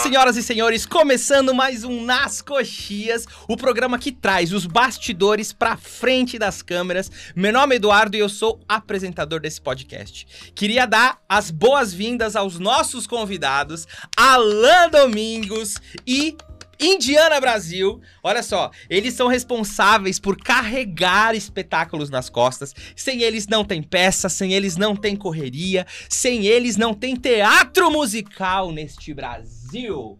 Senhoras e senhores, começando mais um Nas Coxias, o programa que traz os bastidores pra frente das câmeras. Meu nome é Eduardo e eu sou apresentador desse podcast. Queria dar as boas-vindas aos nossos convidados, Alan Domingos e Indiana Brasil. Olha só, eles são responsáveis por carregar espetáculos nas costas. Sem eles não tem peça, sem eles não tem correria, sem eles não tem teatro musical neste Brasil.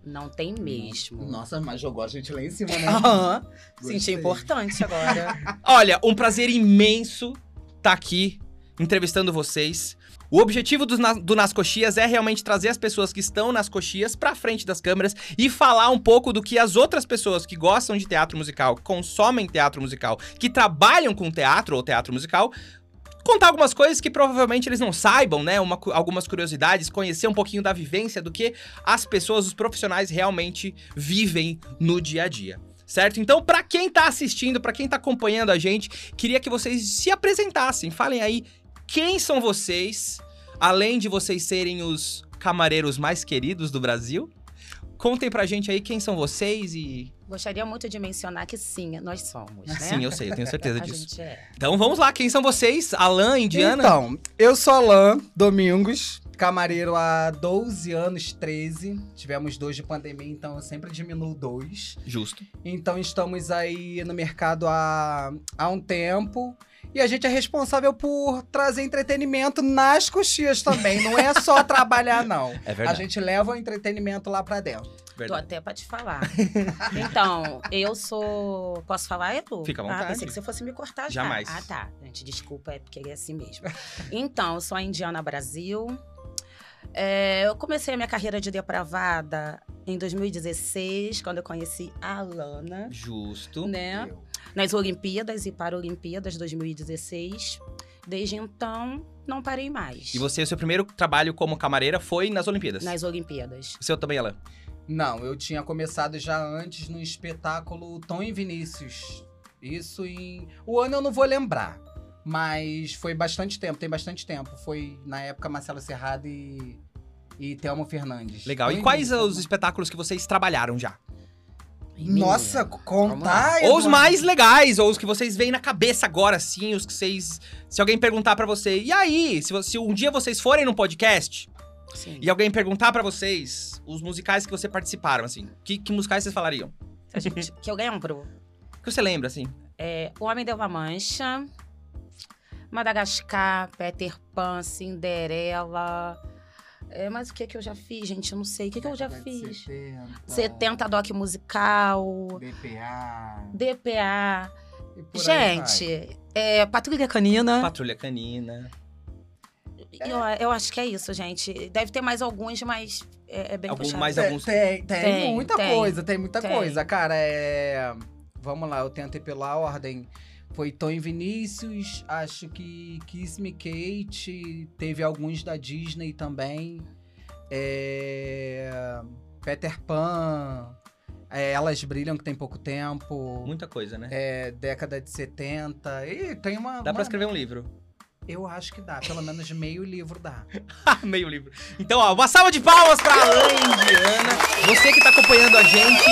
Não tem mesmo. Nossa, mas jogou a gente lá em cima, né? Aham. Gostei. Senti importante agora. Olha, um prazer imenso estar aqui entrevistando vocês. O objetivo dos na- do Nas Coxias é realmente trazer as pessoas que estão nas coxias pra frente das câmeras e falar um pouco do que as outras pessoas que gostam de teatro musical, que consomem teatro musical, que trabalham com teatro ou teatro musical, contar algumas coisas que provavelmente eles não saibam, né? Uma cu- algumas curiosidades, conhecer um pouquinho da vivência do que as pessoas, os profissionais realmente vivem no dia a dia. Certo? Então, pra quem tá assistindo, pra quem tá acompanhando a gente, queria que vocês se apresentassem, falem aí quem são vocês, além de vocês serem os camareiros mais queridos do Brasil. Contem pra gente aí quem são vocês e. Gostaria muito de mencionar que sim, nós somos, né? Sim, eu sei, eu tenho certeza a disso. gente é. Então vamos lá, quem são vocês? Alan, Indiana? Então, eu sou Alain Domingos, camareiro há 12 anos, 13. Tivemos dois de pandemia, então eu sempre diminuo dois. Justo. Então estamos aí no mercado há, há um tempo. E a gente é responsável por trazer entretenimento nas coxias também. Não é só trabalhar, não. É A gente leva o entretenimento lá pra dentro. Tô até pra te falar. então, eu sou. Posso falar, Edu? Fica à Ah, vontade. pensei que você fosse me cortar já. Jamais. Ah, tá. Gente, desculpa, é porque é assim mesmo. Então, eu sou a Indiana Brasil. É, eu comecei a minha carreira de depravada em 2016, quando eu conheci a Alana, Justo. né? Eu. nas Olimpíadas e Paralimpíadas 2016. Desde então, não parei mais. E você, o seu primeiro trabalho como camareira foi nas Olimpíadas. Nas Olimpíadas. O seu também, Alan? Não, eu tinha começado já antes no espetáculo Tom e Vinícius. Isso em. O ano eu não vou lembrar. Mas foi bastante tempo, tem bastante tempo. Foi na época Marcelo Serrado e, e Thelmo Fernandes. Legal. Tom E quais Vinícius, os espetáculos que vocês trabalharam já? né? Nossa, vamos lá. contar. Ou os Tá Eduardo. mais legais, ou os que vocês veem na cabeça agora, sim, os que vocês. Se alguém perguntar pra você, e aí? Se, vo- se um dia vocês forem num podcast Sim. e alguém perguntar pra vocês os musicais que vocês participaram, assim, que, que musicais vocês falariam? A gente- que eu lembro O que você lembra, assim? é O Homem Deu uma Mancha, Madagascar, Peter Pan, Cinderela. É, mas o que que eu já fiz, gente? Eu não sei. O que, que eu já Década de fiz? 70, 70 Doc Musical, DPA. DPA. e por aí vai. Gente, é, Patrulha Canina. Patrulha Canina. Eu, eu acho que é isso, gente. Deve ter mais alguns, mas é, é bem Algum puxado. mais Tem- alguns- Tem, tem, Tem, muita tem, coisa, tem muita tem. coisa. Cara, é. Vamos lá, eu tento ir pela ordem. Foi Tom e Vinícius, acho que Kiss Me Kate, teve alguns da Disney também. É, Peter Pan, é, Elas Brilham, que tem pouco tempo. Muita coisa, né? É, década de 70. E tem uma. Dá uma- pra escrever um livro. Eu acho que dá, pelo menos meio livro dá. Meio livro. Então, ó, uma salva de palmas pra Alan e Indiana. Você que tá acompanhando a gente,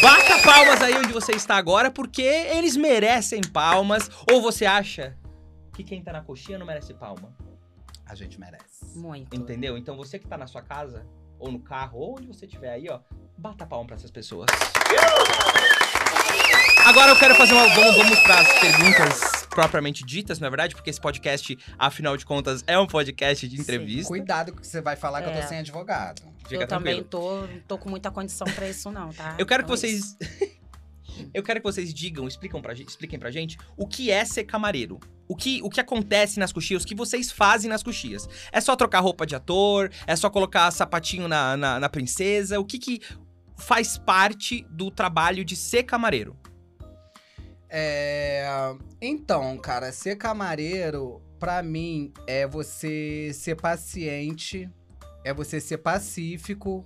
bata palmas aí onde você está agora, porque eles merecem palmas. Ou você acha que quem tá na coxinha não merece palma? A gente merece. Muito. Entendeu? Então você que tá na sua casa, ou no carro, ou onde você estiver aí, ó, bata palma pra essas pessoas. Agora eu quero fazer uma. Vamos, vamos para as perguntas propriamente ditas, na verdade, porque esse podcast, afinal de contas, é um podcast de Sim. entrevista. Cuidado que você vai falar que eu É. tô sem advogado. Fica eu também tô, tô com muita condição pra isso, não, tá? Eu quero que Então é isso. vocês. Eu quero que vocês digam, explicam pra, gen- expliquem pra gente o que é ser camareiro. O que, o que acontece nas coxias, o que vocês fazem nas coxias. É só trocar roupa de ator? É só colocar sapatinho na, na, na princesa? O que que faz parte do trabalho de ser camareiro? É, Então, cara, ser camareiro, pra mim, é você ser paciente, é você ser pacífico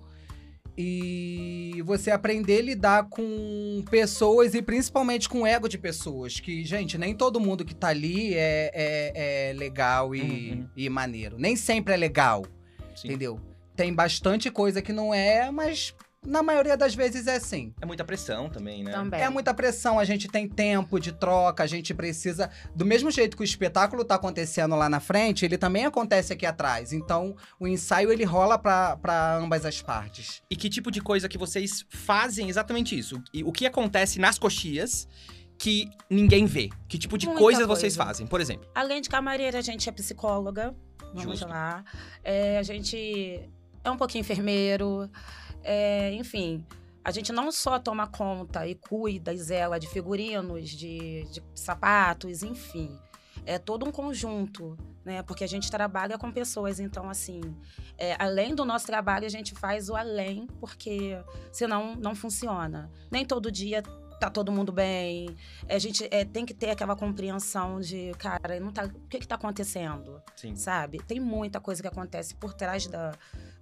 e você aprender a lidar com pessoas e principalmente com o ego de pessoas. Que, gente, nem todo mundo que tá ali é, é- é legal e, Uhum. e maneiro. Nem sempre é legal, entendeu? Tem bastante coisa que não é, mas Na maioria das vezes é assim. É muita pressão também, né? Também. É muita pressão, a gente tem tempo de troca, a gente precisa. Do mesmo jeito que o espetáculo tá acontecendo lá na frente, ele também acontece aqui atrás. Então, o ensaio ele rola pra, pra ambas as partes. E que tipo de coisa que vocês fazem exatamente isso? E o que acontece nas coxias que ninguém vê? Que tipo de Muita coisa, vocês coisa. fazem? Por exemplo, Além de camareira, a gente é psicóloga. Vamos Justo. lá. É, a gente é um pouquinho enfermeiro. É, enfim, a gente não só toma conta e cuida, e zela de figurinos, de, de sapatos, enfim. É todo um conjunto, né? Porque a gente trabalha com pessoas, então, assim, é, além do nosso trabalho, a gente faz o além, porque senão não funciona. Nem todo dia tá todo mundo bem, a gente é, tem que ter aquela compreensão de, cara, não tá, o que que tá acontecendo, sim. sabe? Tem muita coisa que acontece por trás da,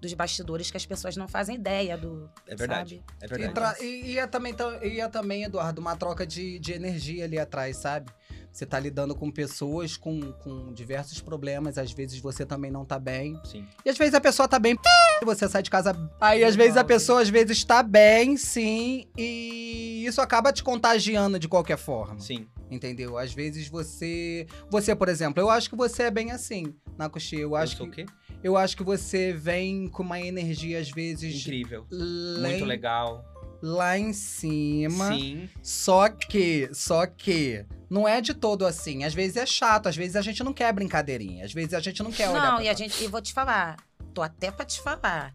dos bastidores que as pessoas não fazem ideia do, É verdade, sabe? é E, verdade. tra- e- e é também, tam- e é também, Eduardo, uma troca de, de energia ali atrás, sabe? Você tá lidando com pessoas com, com diversos problemas, às vezes você também não tá bem. Sim. E às vezes a pessoa tá bem, e você sai de casa. né? Aí às vezes a Revolve. pessoa às vezes tá bem, sim, e isso acaba te contagiando de qualquer forma. Sim. Entendeu? Às vezes você, você, por exemplo, eu acho que você é bem assim, Nakushi. Eu eu acho sou o que quê? eu acho que você vem com uma energia às vezes Incrível. lá, Muito em- legal. lá em cima. Sim. Só que, só que não é de todo assim. Às vezes é chato, às vezes a gente não quer brincadeirinha, às vezes a gente não quer olhar. Não, pra e a trás. gente, e vou te falar, tô até pra te falar.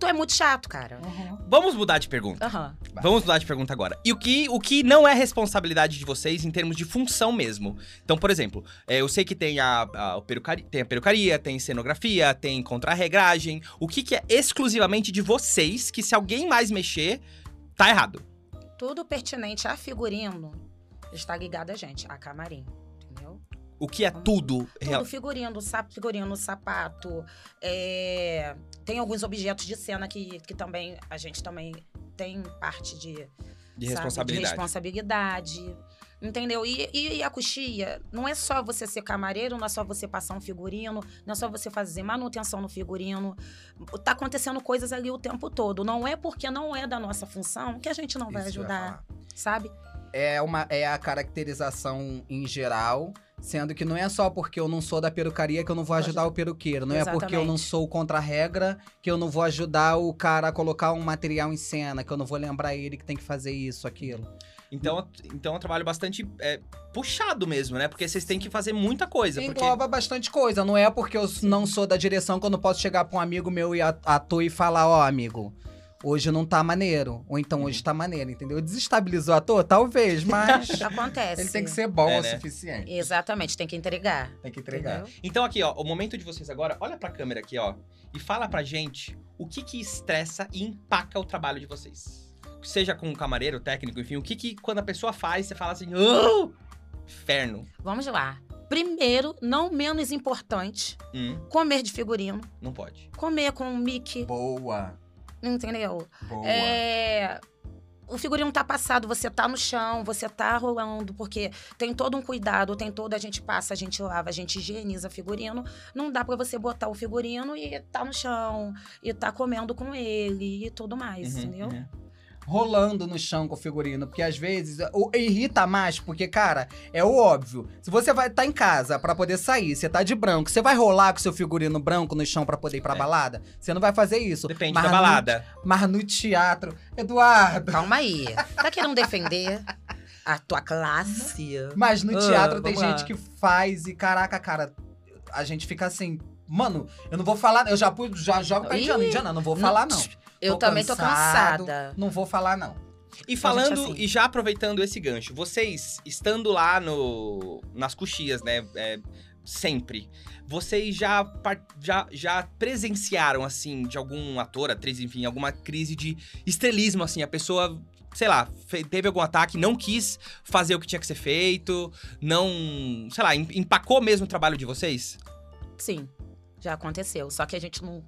Tu é muito chato, cara. Uhum. Vamos mudar de pergunta. Aham. Vai. Vamos mudar de pergunta agora. E o que, o que não é responsabilidade de vocês em termos de função mesmo? Então, por exemplo, é, eu sei que tem a, a- o perucari- tem a perucaria, tem cenografia, tem contrarregragem. O que, que é exclusivamente de vocês que se alguém mais mexer, tá errado? Tudo pertinente a figurino está ligado a gente, a camarim, entendeu? O que é tudo? real- Tudo, figurino, sapo, figurino, sapato. é, Tem alguns objetos de cena que, que também a gente também tem parte de, de sabe, responsabilidade. responsabilidade, Entendeu? E, e- e a coxia, não é só você ser camareiro, não é só você passar um figurino, não é só você fazer manutenção no figurino. Tá acontecendo coisas ali o tempo todo. Não é porque não é da nossa função que a gente não vai Isso eu ia ajudar, falar. sabe? é, uma, é a caracterização em geral. Sendo que não é só porque eu não sou da perucaria que eu não vou ajudar o peruqueiro. Não é porque eu não Exatamente. sou contra a regra que eu não vou ajudar o cara a colocar um material em cena, que eu não vou lembrar ele que tem que fazer isso, aquilo. Então, então é um trabalho bastante é, puxado mesmo, né? Porque vocês têm que fazer muita coisa. é Porque... Engloba bastante coisa. Não é porque eu s- não sou da direção que eu não posso chegar pra um amigo meu e a- ator e falar, ó, amigo. Hoje não tá maneiro. Ou Uhum. então hoje tá maneiro, entendeu? Desestabilizou o ator? Talvez, mas Acontece. ele tem que ser bom É, o né? suficiente. Exatamente, tem que entregar. Tem que entregar. entendeu? Então aqui, ó, o momento de vocês agora, olha pra câmera aqui, ó, e fala pra gente o que que estressa e empaca o trabalho de vocês. Seja com o camareiro, técnico, enfim, o que que quando a pessoa faz, você fala assim, "Ah, inferno. Vamos lá. Primeiro, não menos importante, Hum, comer de figurino, não pode. comer com um mic, Boa. entendeu? Boa. É, O figurino tá passado, você tá no chão, você tá rolando, porque tem todo um cuidado, tem todo, a gente passa, a gente lava, a gente higieniza figurino. Não dá pra você botar o figurino e tá no chão, e tá comendo com ele e tudo mais, Uhum, É entendeu? uhum. rolando no chão com o figurino, porque às vezes o, irrita mais, porque, cara, é o óbvio. Se você vai tá em casa pra poder sair, você tá de branco, você vai rolar com seu figurino branco no chão pra poder ir pra É. balada? Você não vai fazer isso. Depende Mas da no- balada. mas no teatro, Eduardo. Calma aí. Tá querendo defender a tua classe? Mas no Ah, teatro tem vamos lá. gente que faz e caraca, cara, a gente fica assim, mano, eu não vou falar, eu já pu- já jogo pra Ih, Indiana, Indiana, não vou falar não. Eu Tô também tô cansado. cansada. Não vou falar não. E falando, assim. e já aproveitando esse gancho, vocês estando lá no, nas coxias, né? é, sempre, vocês já, par- já, já presenciaram, assim, de algum ator, atriz, enfim, alguma crise de estrelismo, assim, a pessoa. Sei lá, fe- teve algum ataque, não quis fazer o que tinha que ser feito, não. sei lá, em- empacou mesmo o trabalho de vocês? Sim, já aconteceu. Só que a gente não,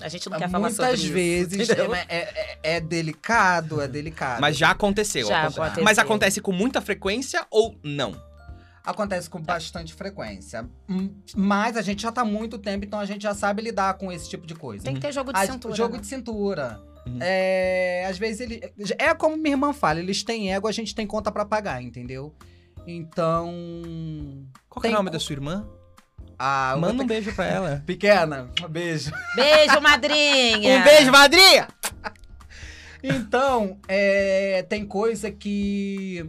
a gente não quer falar sobre Muitas isso, vezes é, entendeu? é- é- é delicado, é delicado. Mas já aconteceu. Ah, Já aconte- aconteceu. Mas acontece com muita frequência ou não? Acontece com bastante frequência. Hum, Mas a gente já tá há muito tempo, então a gente já sabe lidar com esse tipo de coisa. Tem que ter jogo de A- cintura. jogo né? de cintura. Uhum. é, às vezes ele. É como minha irmã fala, eles têm ego, a gente tem conta pra pagar, entendeu? Então. Qual que é o Tem nome um da co- sua irmã? Ah, Manda outra- um beijo pra ela. Pequena, um beijo. Beijo, madrinha! Um madrinha! Então, é, tem coisa que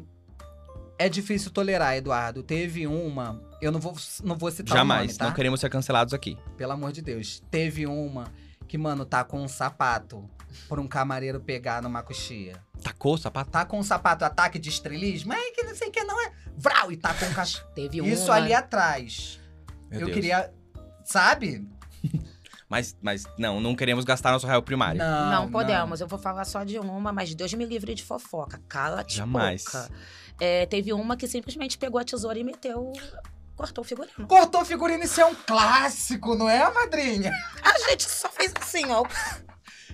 é difícil tolerar, Eduardo. Teve uma, eu não vou, não vou citar o Jamais, nome, tá? não queremos ser cancelados aqui. Pelo amor de Deus. Teve uma que, mano, tá com um sapato pra um camareiro pegar numa coxia. Tacou o sapato? Tá com um sapato ataque de estrelismo? É que não sei o que não é. Vral! E tá com um cachorro. Teve uma. Isso ali atrás. Meu eu Deus. queria. Sabe? Mas, mas não, não queremos gastar nosso raio primário. Não, Não podemos, eu vou falar só de uma, mas Deus me livre de fofoca. Cala-te Jamais. boca. É, teve uma que simplesmente pegou a tesoura e meteu. Cortou o figurino. Cortou figurino, isso é um clássico, não é, madrinha? A gente só fez assim, ó.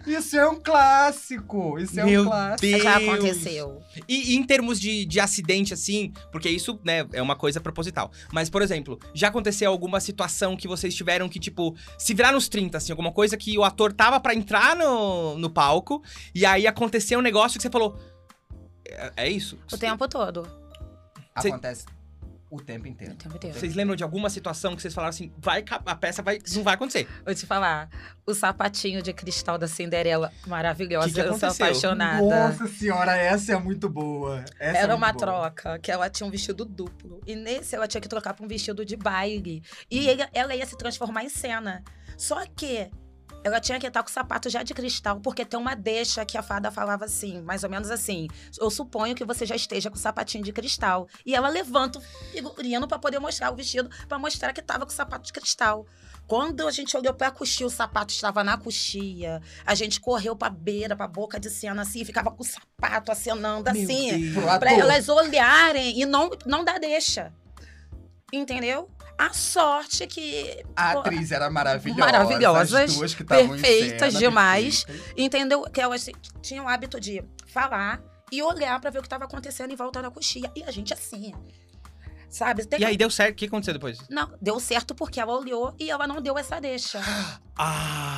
Isso é um clássico. Isso é Meu um clássico. Já Deus. aconteceu. E, e em termos de, de acidente, assim, porque isso, né, é uma coisa proposital. Mas, por exemplo, já aconteceu alguma situação que vocês tiveram que, tipo, se virar nos 30, assim, alguma coisa que o ator tava pra entrar no, no palco, e aí aconteceu um negócio que você falou. É, é isso? O tempo todo. Cê- Acontece o tempo O inteiro. tempo inteiro. Vocês lembram de alguma situação que vocês falaram assim, vai, ca- a peça vai, não vai acontecer? Vou te falar. O sapatinho de cristal da Cinderela, maravilhosa. Que que eu sou aconteceu? apaixonada. Nossa senhora, essa é muito boa. Essa é Era muito uma boa. troca, que ela tinha um vestido duplo. E nesse ela tinha que trocar pra um vestido de baile. E ele- ela ia se transformar em cena. Só que ela tinha que estar com o sapato já de cristal, porque tem uma deixa que a fada falava assim, mais ou menos assim. Eu suponho que você já esteja com o sapatinho de cristal. E ela levanta o figurino pra poder mostrar o vestido, pra mostrar que tava com o sapato de cristal. Quando a gente olhou pra coxia, o sapato estava na coxia. A gente correu pra beira, pra boca de cena, assim, e ficava com o sapato acenando, Meu assim Deus. pra elas olharem e não, não dar deixa. Entendeu? A sorte que. A atriz era maravilhosa. Maravilhosas, as duas que estavam em perfeitas cena, demais. perfeitas. Entendeu? Que elas t- tinham o hábito de falar e olhar pra ver o que tava acontecendo em volta da coxia. E a gente assim. Sabe? Tem- um E aí deu certo, o que aconteceu depois? Não, deu certo porque ela olhou e ela não deu essa deixa. Ah!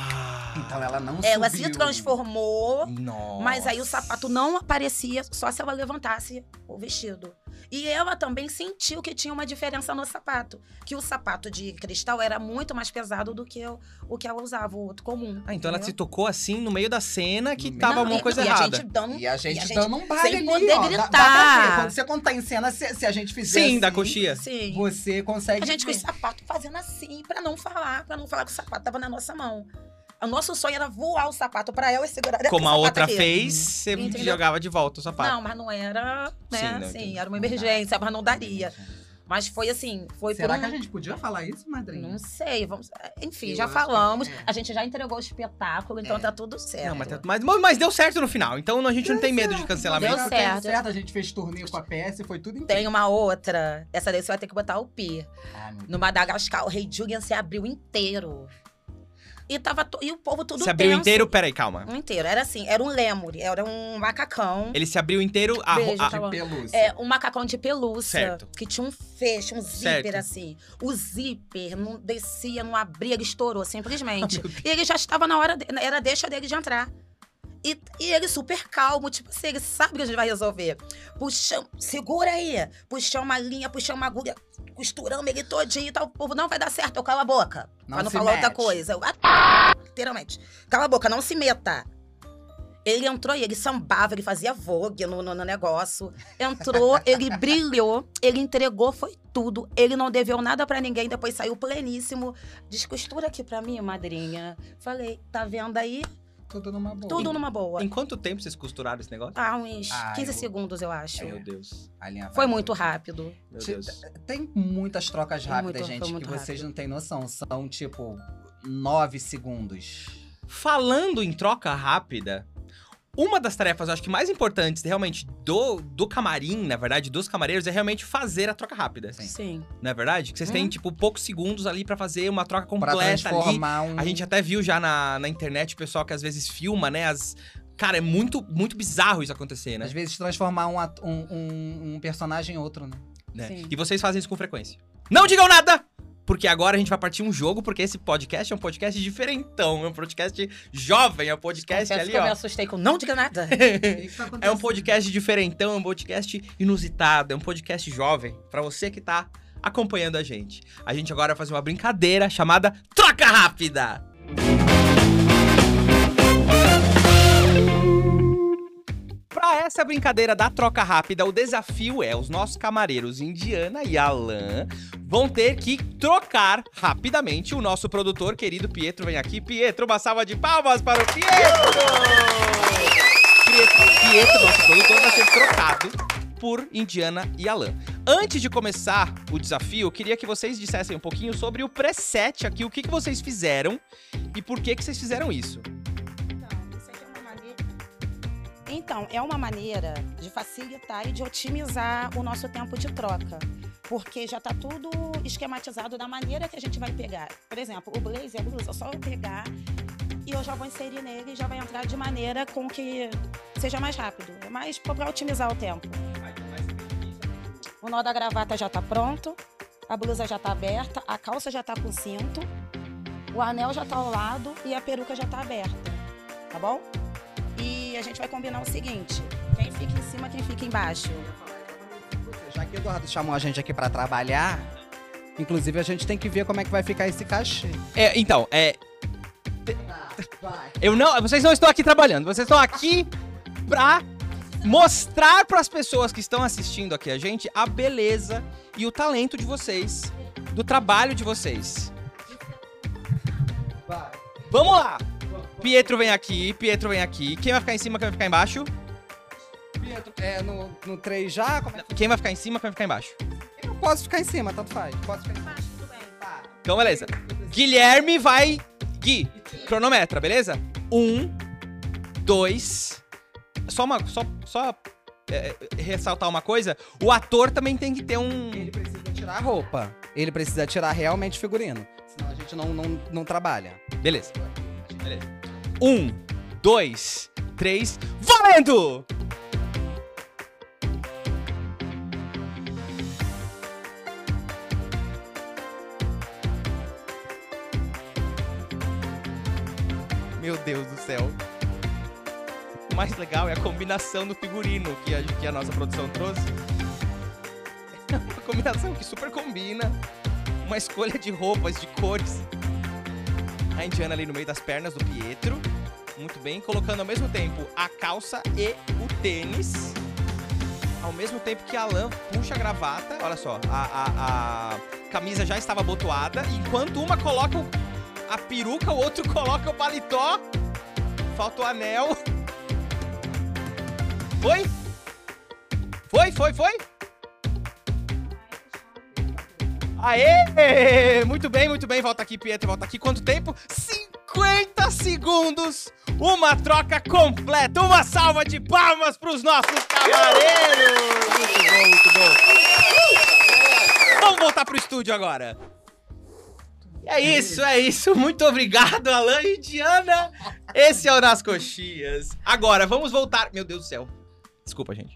Então ela não Ela subiu. se transformou Nossa. Mas aí o sapato não aparecia só se ela levantasse o vestido. E ela também sentiu que tinha uma diferença no sapato. Que o sapato de cristal era muito mais pesado do que o, o que ela usava, o outro comum. Ah, então ela se entendeu? tocou assim no meio da cena que No meio. tava Não, alguma e- coisa e errada. A gente dando... E a gente, E a gente dando um baile sem ali, poder ó. Dá- dá pra gritar. ver, Quando você contar em cena, se, se a gente fizer Sim, assim, da coxia. Sim. você consegue A gente com ver. os sapatos fazendo assim, pra não falar, pra não falar que o sapato tava na nossa mão. O nosso sonho era voar o sapato pra ela e segurar. "Olha Como esse a sapato outra aqui." fez, você Uhum. Entendeu? jogava de volta o sapato. Não, mas não era, né? Sim, não, Sim, entendi. era uma emergência, mas não daria. Mas foi assim, foi Será por um... que a gente podia falar isso, madrinha? Não sei, vamos. eh, Enfim, Eu já acho que falamos. é. A gente já entregou o espetáculo, então É. tá tudo certo. Não, mas, tá- mas, mas deu certo no final, então a gente não tem medo de cancelamento. Deu Deu certo. certo, a gente fez turnê com a PS e foi tudo inteiro. Tem uma outra. Essa daí você vai ter que botar o pi. Ah, meu No Madagascar, o rei Julian se abriu inteiro. E tava to- e o povo todo se abriu tenso. inteiro, peraí, calma. Um inteiro. Era assim, era um lemure, era um macacão. Ele se abriu inteiro, a, ro- Beijo, a- tá bom. pelúcia. É, um macacão de pelúcia. Certo. Que tinha um fecho, um zíper Certo. assim. O zíper não descia, não abria, ele estourou, simplesmente. e ele já estava na hora, de- era deixa dele de entrar. E, e ele super calmo, tipo assim, ele sabe que a gente vai resolver. Puxão, segura aí. Puxão uma linha, puxão uma agulha, costurando ele todinho e tal. O povo não vai dar certo, eu calo a boca. Não pra não se falar outra mete. coisa. Eu, literalmente. Cala a boca, não se meta. Ele entrou e ele sambava, ele fazia vogue no, no- no negócio. Entrou, ele brilhou, ele entregou, foi tudo. Ele não deveu nada pra ninguém, depois saiu pleníssimo. Descostura aqui pra mim, madrinha. Falei, tá vendo aí? Tudo numa boa. Tudo numa boa. Em quanto tempo vocês costuraram esse negócio? Ah, uns Ah, 15 eu- segundos, eu acho. Meu Deus. Alinhava Foi tudo. muito rápido. Meu Ti- Deus. Tem muitas trocas Foi rápidas, muito- gente, foi que muito vocês rápido. não têm noção. São, tipo, nove segundos. Falando em troca rápida, uma das tarefas, eu acho que mais importantes realmente do, do camarim, na verdade, dos camareiros, é realmente fazer a troca rápida. Sim. Sim. Não é verdade? Que vocês têm, Uhum. tipo, poucos segundos ali pra fazer uma troca Pra completa ali. transformar um... A gente até viu já na, na internet o pessoal que às vezes filma, né? As... Cara, é muito, muito bizarro isso acontecer, né? Às vezes transformar um, at- um, um, um personagem em outro, né? Né? Sim. E vocês fazem isso com frequência. Não digam nada! porque agora a gente vai partir um jogo, porque esse podcast é um podcast diferentão, é um podcast jovem, é um podcast Confesso ali, que eu me ó. assustei com não diga nada. tá É um podcast diferentão, é um podcast inusitado, é um podcast jovem, pra você que tá acompanhando a gente. A gente agora vai fazer uma brincadeira chamada Troca Rápida! Pra essa brincadeira da troca rápida, o desafio é os nossos camareiros Indiana e Alan vão ter que trocar rapidamente o nosso produtor querido Pietro vem aqui. Pietro, uma salva de palmas para o Pietro! Pietro, Pietro, nosso produtor, vai ser trocado por Indiana e Alan. Antes de começar o desafio, eu queria que vocês dissessem um pouquinho sobre o preset aqui, o que, que vocês fizeram e por que, que vocês fizeram isso. é Então, é uma maneira de facilitar e de otimizar o nosso tempo de troca. Porque já está tudo esquematizado da maneira que a gente vai pegar. Por exemplo, o blazer, a blusa, é só eu pegar e eu já vou inserir nele e já vai entrar de maneira com que seja mais rápido. Mas para otimizar o tempo. O nó da gravata já está pronto, a blusa já está aberta, a calça já está com cinto, o anel já está ao lado e a peruca já está aberta. Tá bom? E a gente vai combinar o seguinte: quem fica em cima, quem fica embaixo. Já que o Eduardo chamou a gente aqui pra trabalhar, inclusive a gente tem que ver como é que vai ficar esse cachê. É, então, é, Vai. eu não, vocês não estão aqui trabalhando, vocês estão aqui pra mostrar pras pessoas que estão assistindo aqui a gente a beleza e o talento de vocês, do trabalho de vocês. Vai. Vamos lá! Pietro vem aqui, Pietro vem aqui. Quem vai ficar em cima, quem vai ficar embaixo? Pietro, é no, no 3 já? Como é Quem vai ficar em cima, quem vai ficar embaixo? que... Eu posso ficar em cima, tanto faz. Posso ficar em cima. Tá. Então, beleza. Guilherme vai. Gui, cronometra, beleza? Um, dois. Só uma. Só. só é, é, ressaltar uma coisa: o ator também tem que ter um. Ele precisa tirar a roupa. Ele precisa tirar realmente figurino. Senão a gente não, não, não trabalha. Beleza. Beleza. Um, dois, três. Valendo! Meu Deus do céu. O mais legal é a combinação do figurino que a, que a nossa produção trouxe. É uma combinação que super combina. Uma escolha de roupas, de cores. A Indiana ali no meio das pernas do Pietro. Muito bem, colocando ao mesmo tempo a calça e o tênis. Ao mesmo tempo que a Alan puxa a gravata, olha só, a, a- a camisa já estava abotoada. Enquanto uma coloca o- a peruca, o outro coloca o paletó. Falta o anel. Foi? Foi, foi, foi? Aê! Muito bem, muito bem. Volta aqui, Pietro, volta aqui. Quanto tempo? 50 segundos! Uma troca completa! Uma salva de palmas pros nossos camareiros! Muito bom, muito bom. Vamos voltar pro estúdio agora. É isso, é isso. Muito obrigado, Alan e Diana. Esse é o Nas Coxias. Agora, vamos voltar. Meu Deus do céu. Desculpa, gente.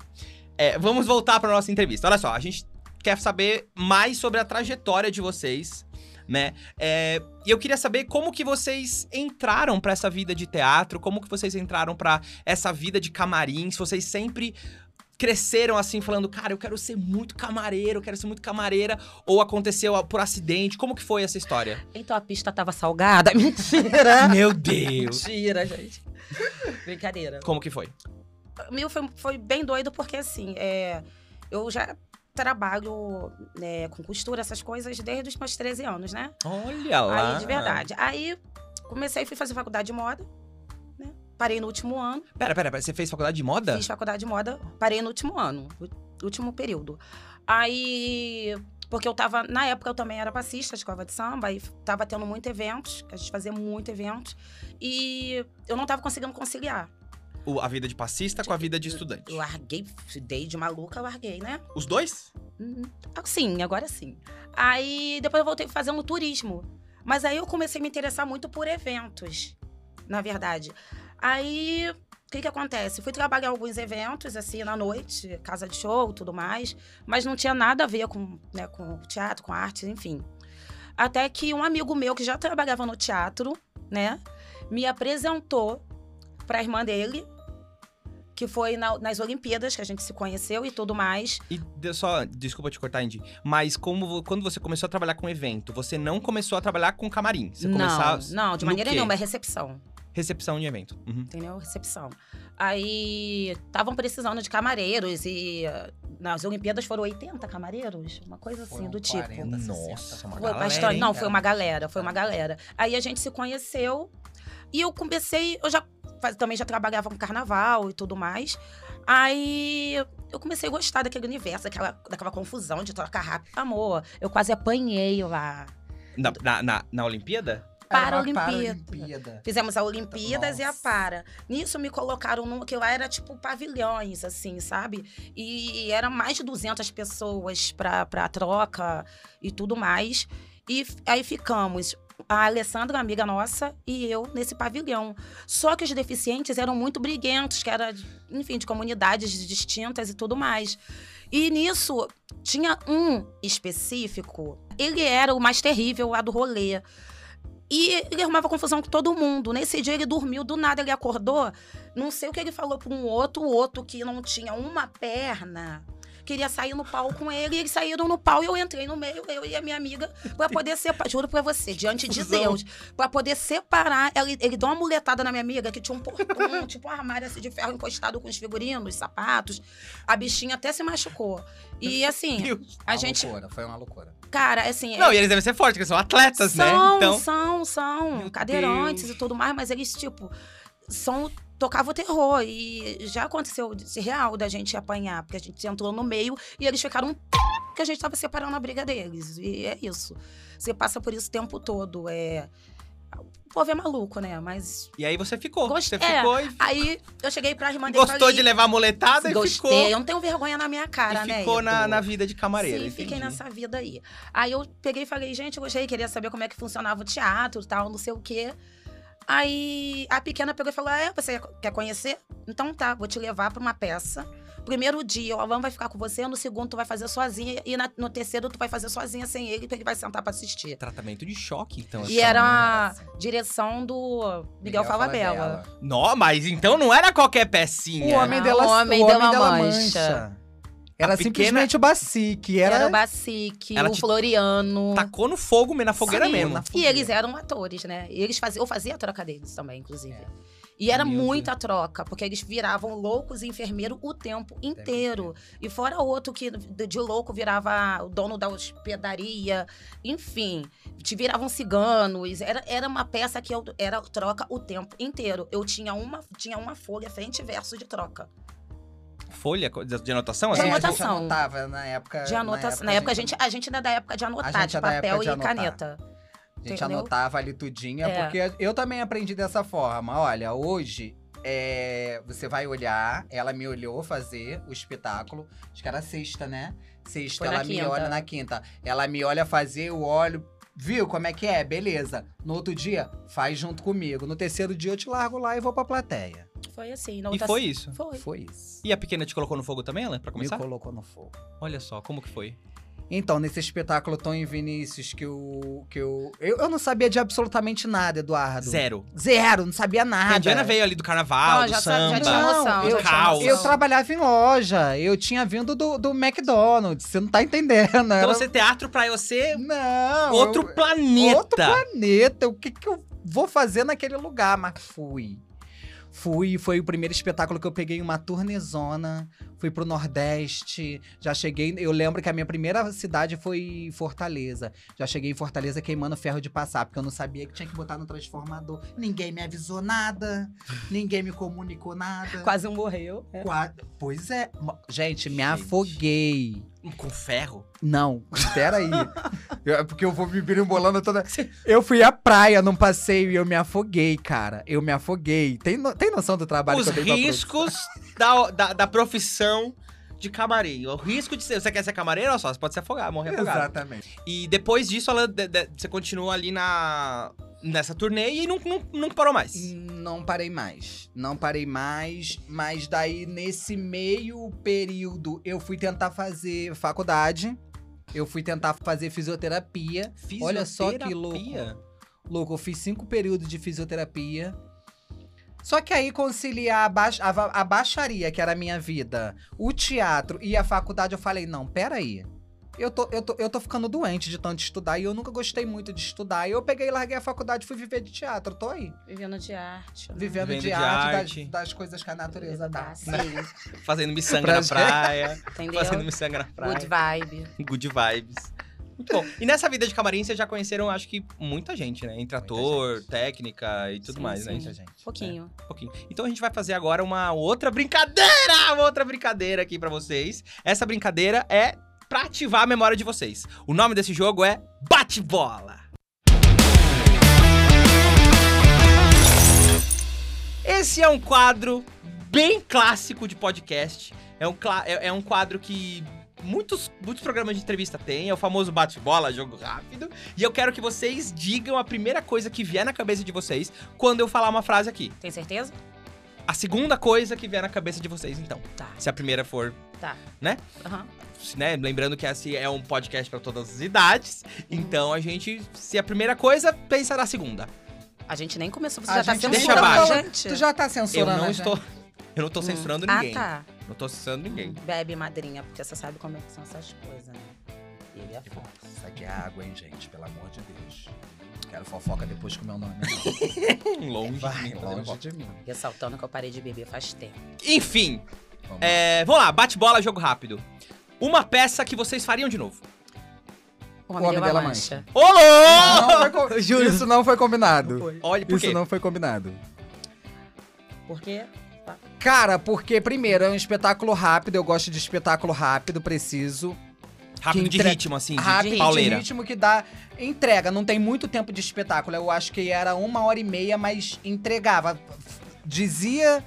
É, vamos voltar pra nossa entrevista. Olha só, a gente quer saber mais sobre a trajetória de vocês, né? É, e eu queria saber como que vocês entraram pra essa vida de teatro, como que vocês entraram pra essa vida de camarim, se vocês sempre cresceram assim falando, cara, eu quero ser muito camareiro, eu quero ser muito camareira, ou aconteceu por acidente, como que foi essa história? Então a pista tava salgada. Mentira! Meu Deus! Mentira, gente. Brincadeira. Como que foi? O meu foi, foi bem doido, porque assim, é, eu já trabalho né, com costura, essas coisas, desde os meus 13 anos, né? Olha lá! ah. Aí, de verdade. Aí comecei, fui fazer faculdade de moda, né? Parei no último ano. Pera, pera, pera, você fez faculdade de moda? Fiz faculdade de moda, parei no último ano, no último período. Aí, porque eu tava, na época eu também era passista de escola de samba, e tava tendo muito eventos, que a gente fazia muito eventos, e eu não tava conseguindo conciliar. O- a vida de passista com a vida de estudante. Eu larguei, dei de maluca, larguei, né? Os dois? Hum, Sim, agora sim. Aí depois eu voltei fazendo turismo. Mas aí eu comecei a me interessar muito por eventos, na verdade. Aí, o que que acontece? Fui trabalhar alguns eventos, assim, na noite, casa de show, tudo mais. Mas não tinha nada a ver com, né, com teatro, com arte, enfim. Até que um amigo meu que já trabalhava no teatro, né, me apresentou pra irmã dele, que foi na- nas Olimpíadas que a gente se conheceu e tudo mais. E deu só, desculpa te cortar, Indy, mas como, vo- quando você começou a trabalhar com evento, você não começou a trabalhar com camarim. Você não, começava não, de no maneira quê? nenhuma, é recepção. recepção de evento. Uhum. entendeu? Recepção. Aí estavam precisando de camareiros e eh, nas Olimpíadas foram 80 camareiros, uma coisa assim Foram do 40. tipo. Nossa, uma Foi galera, bastante, hein, não, cara? Tá. foi uma galera, foi uma galera. Aí a gente se conheceu e eu comecei, eu já faz- também já trabalhava com carnaval e tudo mais. Aí eu comecei a gostar daquele universo, daquela, daquela confusão de troca rápida. Amor, eu quase apanhei lá. Na, na, na, na Olimpíada? Era uma Paralimpíada. Paralimpíada. Fizemos a Olimpíadas e a Nossa. Para. Nisso me colocaram num que lá era tipo pavilhões, assim, sabe? E era mais de 200 pessoas pra, pra troca e tudo mais. E f- aí ficamos. A Alessandra, amiga nossa, e eu nesse pavilhão. Só que os deficientes eram muito briguentos, que era, de- enfim, de comunidades distintas e tudo mais. E nisso, tinha um específico. Ele era o mais terrível lá do rolê. E ele arrumava confusão com todo mundo. Nesse dia ele dormiu, do nada ele acordou. Não sei o que ele falou pra um outro, o outro que não tinha uma perna. Queria sair no pau com ele, e eles saíram no pau e eu entrei no meio, eu e a minha amiga, pra poder separar. Juro pra você, diante de Confusão. Deus. Pra poder separar. Ele, ele deu uma muletada na minha amiga, que tinha um portão, tipo um armário assim, de ferro encostado com os figurinos, sapatos. A bichinha até se machucou. E assim, Deus. um a Uma gente loucura, foi uma loucura. Cara, assim. Não, é- e eles devem ser fortes, porque são atletas, né? são, Então, são, são, Meu Cadeirantes Deus. e tudo mais, mas eles, tipo, são. Tocava o terror. E já aconteceu de real da gente apanhar, porque a gente entrou no meio e eles ficaram. Porque a gente tava separando a briga deles. E é isso. Você passa por isso o tempo todo. É... O povo é maluco, né? Mas. e aí você ficou. Gost- Você é, ficou e Aí eu cheguei pra irmã dele e gostou falei, de levar a moletada e Gostei. ficou. Eu não tenho vergonha na minha cara, e né? ficou na, Edu? na vida de camareira. Sim, entendi. fiquei nessa vida aí. Aí eu peguei e falei, gente, eu gostei, queria saber como é que funcionava o teatro e tal, não sei o quê. Aí a pequena pegou e falou: ah, É, você quer conhecer? Então tá, vou te levar pra uma peça. Primeiro dia, o Alan vai ficar com você, no segundo tu vai fazer sozinha, e na- no terceiro tu vai fazer sozinha sem ele, porque ele vai sentar pra assistir. Tratamento de choque, então. E essa era mulher. a direção do Miguel, Falabella. Nó, mas então não era qualquer O pecinha. homem Ah, dela, o o homem homem dela dela mancha. mancha. Era A pequena- simplesmente o Bacique. Era, Era o Bacique, Ela o te- Floriano. Tacou no fogo, mesmo, na fogueira Sim, mesmo. na E fogueira. eles eram atores, né? E eles faziam, eu fazia a troca deles também, inclusive. É. E era Meu muita troca, porque eles viravam loucos e enfermeiro o tempo inteiro. E fora outro que de de louco virava o dono da hospedaria, enfim, te viravam ciganos. Era, era uma peça que eu era troca o tempo inteiro. Eu tinha uma, tinha uma folha frente e verso de troca. Folha co- de de anotação? De assim? É, a gente anotação. anotava É, na época. De anotação. Na época, a gente, a gente ainda é da época de A anotar, gente de é da papel época de e anotar. caneta. A gente Entendeu? anotava ali tudinha, É. porque eu também aprendi dessa forma. Olha, hoje é, você vai olhar, ela me olhou fazer o espetáculo. Acho que era sexta, né? Sexta, Foi na ela me quinta. olha na quinta. Ela me olha fazer, eu olho. Viu como é que é? Beleza. No outro dia, faz junto comigo. No terceiro dia, eu te largo lá e vou pra plateia. Foi assim. na E outra- foi isso. Foi. Foi isso. E a pequena te colocou no fogo também, ela? Pra Me começar? colocou no fogo. Olha só, como que foi? Então, nesse espetáculo Tom e Vinícius, que eu, que eu, eu. Eu não sabia de absolutamente nada, Eduardo. Zero. é Zero, não sabia A nada. Indiana veio ali do carnaval, Ah, Não, Ah, do já sabe, samba. já tinha noção. eu- já tinha caos. noção. Eu trabalhava em loja, eu tinha vindo do, do McDonald's, você não tá entendendo. Então era- você teatro pra você Não. outro eu- planeta. Outro planeta. O que, que eu vou fazer naquele lugar? Mas fui. Fui, foi o primeiro espetáculo que eu peguei em uma turnezona. Fui pro Nordeste. Já cheguei. Eu lembro que a minha primeira cidade foi Fortaleza. Já cheguei em Fortaleza queimando ferro de passar, porque eu não sabia que tinha que botar no transformador. Ninguém me avisou nada. Ninguém me comunicou nada. Quase morreu. né? Qua- Pois é. Mo- Gente, me Gente. afoguei. Com ferro. Não, peraí. Eu- É porque eu vou me embolando toda. Eu fui à praia num passeio e eu me afoguei, cara. Eu me afoguei. Tem, no- tem noção do trabalho Os que eu dei pra riscos da, da, da profissão de camarim. O risco de ser. Você quer ser camareiro? Olha só, você pode se afogar, morrer produção? afogado. Exatamente. E depois disso, ela, de- de- você continua ali na, nessa turnê e não, não, não parou mais. Hum. Não parei mais. Não parei mais. Mas daí, nesse meio período, eu fui tentar fazer faculdade. Eu fui tentar fazer fisioterapia. Olha só que louco. Fisioterapia? Louco, eu fiz cinco períodos de fisioterapia. Só que aí conciliar a, ba- a va- a baixaria, que era a minha vida, o teatro e a faculdade, eu falei, não, peraí. Eu tô, eu, tô, eu tô ficando doente de tanto estudar e eu nunca gostei muito de estudar. E eu peguei, larguei a faculdade e fui viver de teatro. Tô aí. Vivendo de arte. né? Tá, Vivendo, Vivendo de, de arte, arte. Das, das coisas que a natureza dá. Sim, Fazendo miçanga Pra na gente. praia. entendeu? Fazendo miçanga na praia. Good vibe. um Good vibes. Muito bom. E nessa vida de camarim, vocês já conheceram, acho que, muita gente, né? Entre Muita ator, gente. técnica e tudo Sim, mais, né? sim. Muita gente. Pouquinho. Um pouquinho. Então a gente vai fazer agora uma outra brincadeira! Uma outra brincadeira aqui pra vocês. Essa brincadeira é pra ativar a memória de vocês. O nome desse jogo é Bate-Bola. Esse é um quadro bem clássico de podcast. É um, cla- é- é um quadro que muitos, muitos programas de entrevista têm. É o famoso bate-bola, jogo rápido. E eu quero que vocês digam a primeira coisa que vier na cabeça de vocês quando eu falar uma frase aqui. Tem certeza? A segunda coisa que vier na cabeça de vocês, então. Tá. Se a primeira for, Aham. né? Lembrando que esse é um podcast pra todas as idades. Então a gente, se a primeira coisa, pensa na segunda. A gente nem começou, você A já tá gente sendo deixa abaixo. gente. Tu já tá Eu censurando não a estou. gente? Eu não tô censurando Ah, ninguém. tá. Não tô censurando ninguém. Bebe, madrinha, porque você sabe como é que são essas coisas, né? Ele é foda. Isso aqui é água, hein, gente? Pelo amor de Deus. Quero fofoca depois com o meu nome. Longe. Vai, de mim, fazendo longe volta. de mim. um Ressaltando que eu parei de beber faz tempo. Enfim, Vamos lá. é, vamos lá. Bate-bola, jogo rápido. Uma peça que vocês fariam de novo. O homem dela é mancha. Ô, louco! Não foi co- Isso não foi combinado. Olha, por Isso quê? não foi combinado. Hum. Por quê? Cara, porque primeiro é um espetáculo rápido, eu gosto de espetáculo rápido, preciso. Rápido de Entre- ritmo, assim, de, rápido, de pauleira. ritmo que dá entrega, não tem muito tempo de espetáculo. Eu acho que era uma hora e meia, mas entregava. Dizia.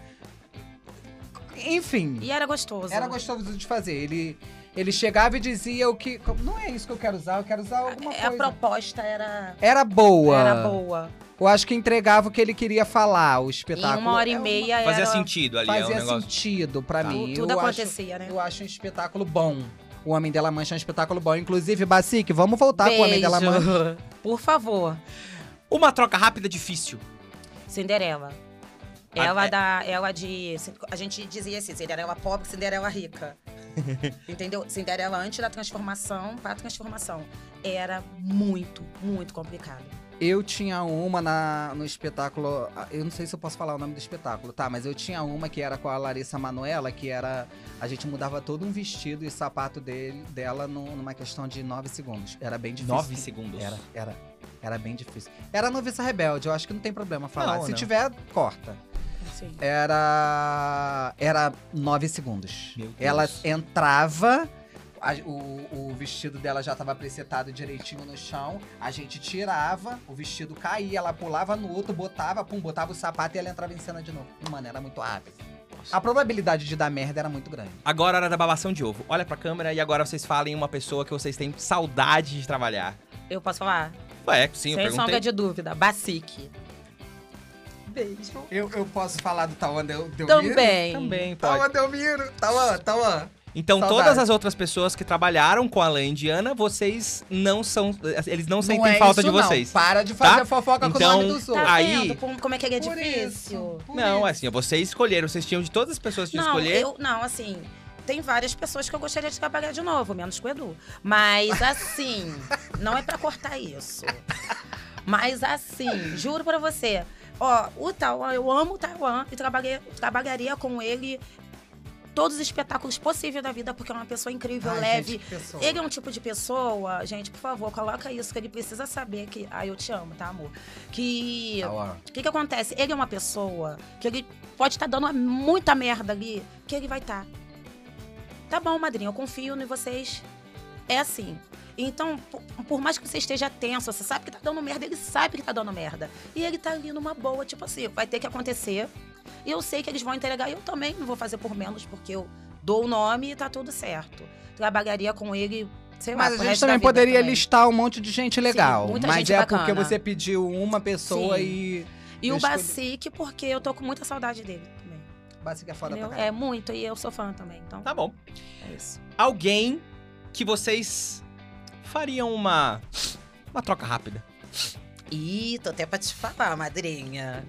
Enfim. E era gostoso. Era gostoso de fazer. Ele, ele chegava e dizia o que. Não é isso que eu quero usar, eu quero usar alguma é A, a é coisa. proposta era, Era boa. era boa. Eu acho que entregava o que ele queria falar, o espetáculo. Em uma hora e É uma- meia era... Fazia sentido ali, é um Fazia negócio. sentido pra Tá. mim. Tudo eu acho, acontecia, né? eu acho um espetáculo bom. O Homem Dela Mancha é um espetáculo bom. Inclusive, Bacique, vamos voltar Tá com o Homem Dela Beijo. Mancha. Por favor. Uma troca rápida difícil. Cinderela. Ah, Ela é. da. Ela de. A gente dizia assim, Cinderela pobre, Cinderela rica. Entendeu? Cinderela antes da transformação, pra transformação. Era muito, muito complicado. Eu tinha uma na, no espetáculo. ah, Eu não sei se eu posso falar o nome do espetáculo, tá? Mas eu tinha uma que era com a Larissa Manoela, que era. A gente mudava todo um vestido e sapato dele, dela no- numa questão de nove segundos. Era bem difícil. Nove segundos. Era, era, era bem difícil. Era noviça rebelde, eu acho que não tem problema falar. Não, Se não. tiver, corta. Assim. Era. Era nove segundos. Meu Deus. Ela entrava. a- o, o vestido dela já tava presetado direitinho no chão. A gente tirava, o vestido caía, ela pulava no outro, botava, pum, botava o sapato e ela entrava em cena de novo. Mano, era muito rápido. A probabilidade de dar merda era muito grande. Agora é hora da babação de ovo. Olha pra câmera e agora vocês falem uma pessoa que vocês têm saudade de trabalhar. Eu posso falar? Ué, sim, eu Sem sombra perguntei. de dúvida. Bacique. Beijo. Eu, eu posso falar do Tawan Del, Delmiro? Também. Também, pode. Tawan Delmiro! Tawan, Tawan! Então, Saudade. todas as outras pessoas que trabalharam com a Alain e Diana, vocês não são. Eles não sentem é falta isso, de vocês. Não. Para de fazer tá? fofoca Então, com o nome dos Tá outros. Aí- vendo como- como é que ele é Por difícil? isso, por Não, é isso. assim, vocês escolheram, vocês tinham de todas as pessoas que tinham de Não, escolher. eu não, assim, tem várias pessoas que eu gostaria de trabalhar de novo, menos com o Edu. Mas assim, não é pra cortar isso. Mas assim, juro pra você, ó, o Taiwan, eu amo o Taiwan e trabalhei, trabalharia com ele todos os espetáculos possíveis da vida, porque é uma pessoa incrível, Ai, leve. gente, que pessoa. Ele é um tipo de pessoa, gente, por favor, coloca isso, que ele precisa saber que. Ai, eu te amo, tá, amor? Que. Tawan. O que, que acontece? Ele é uma pessoa que ele pode estar dando muita merda ali, que ele vai estar. Tá bom, madrinha, eu confio em vocês. É assim. Então, por, por mais que você esteja tenso, você sabe que tá dando merda, ele sabe que tá dando merda. E ele tá ali numa boa, tipo assim, vai ter que acontecer. E eu sei que eles vão entregar, e eu também não vou fazer por menos, porque eu dou o nome e tá tudo certo. Trabalharia com ele, sei lá, Mas pro a gente resto da também vida poderia também. listar um monte de gente legal. muita mas gente é bacana. porque você pediu uma pessoa Sim. e. E o escolhi- Bacique, porque eu tô com muita saudade dele também. Básica é foda Entendeu? pra É caralho. Tá. muito, e eu sou fã também, então Tá bom. é isso. Alguém que vocês fariam uma. Uma troca rápida. Ih, tô até pra te falar, madrinha.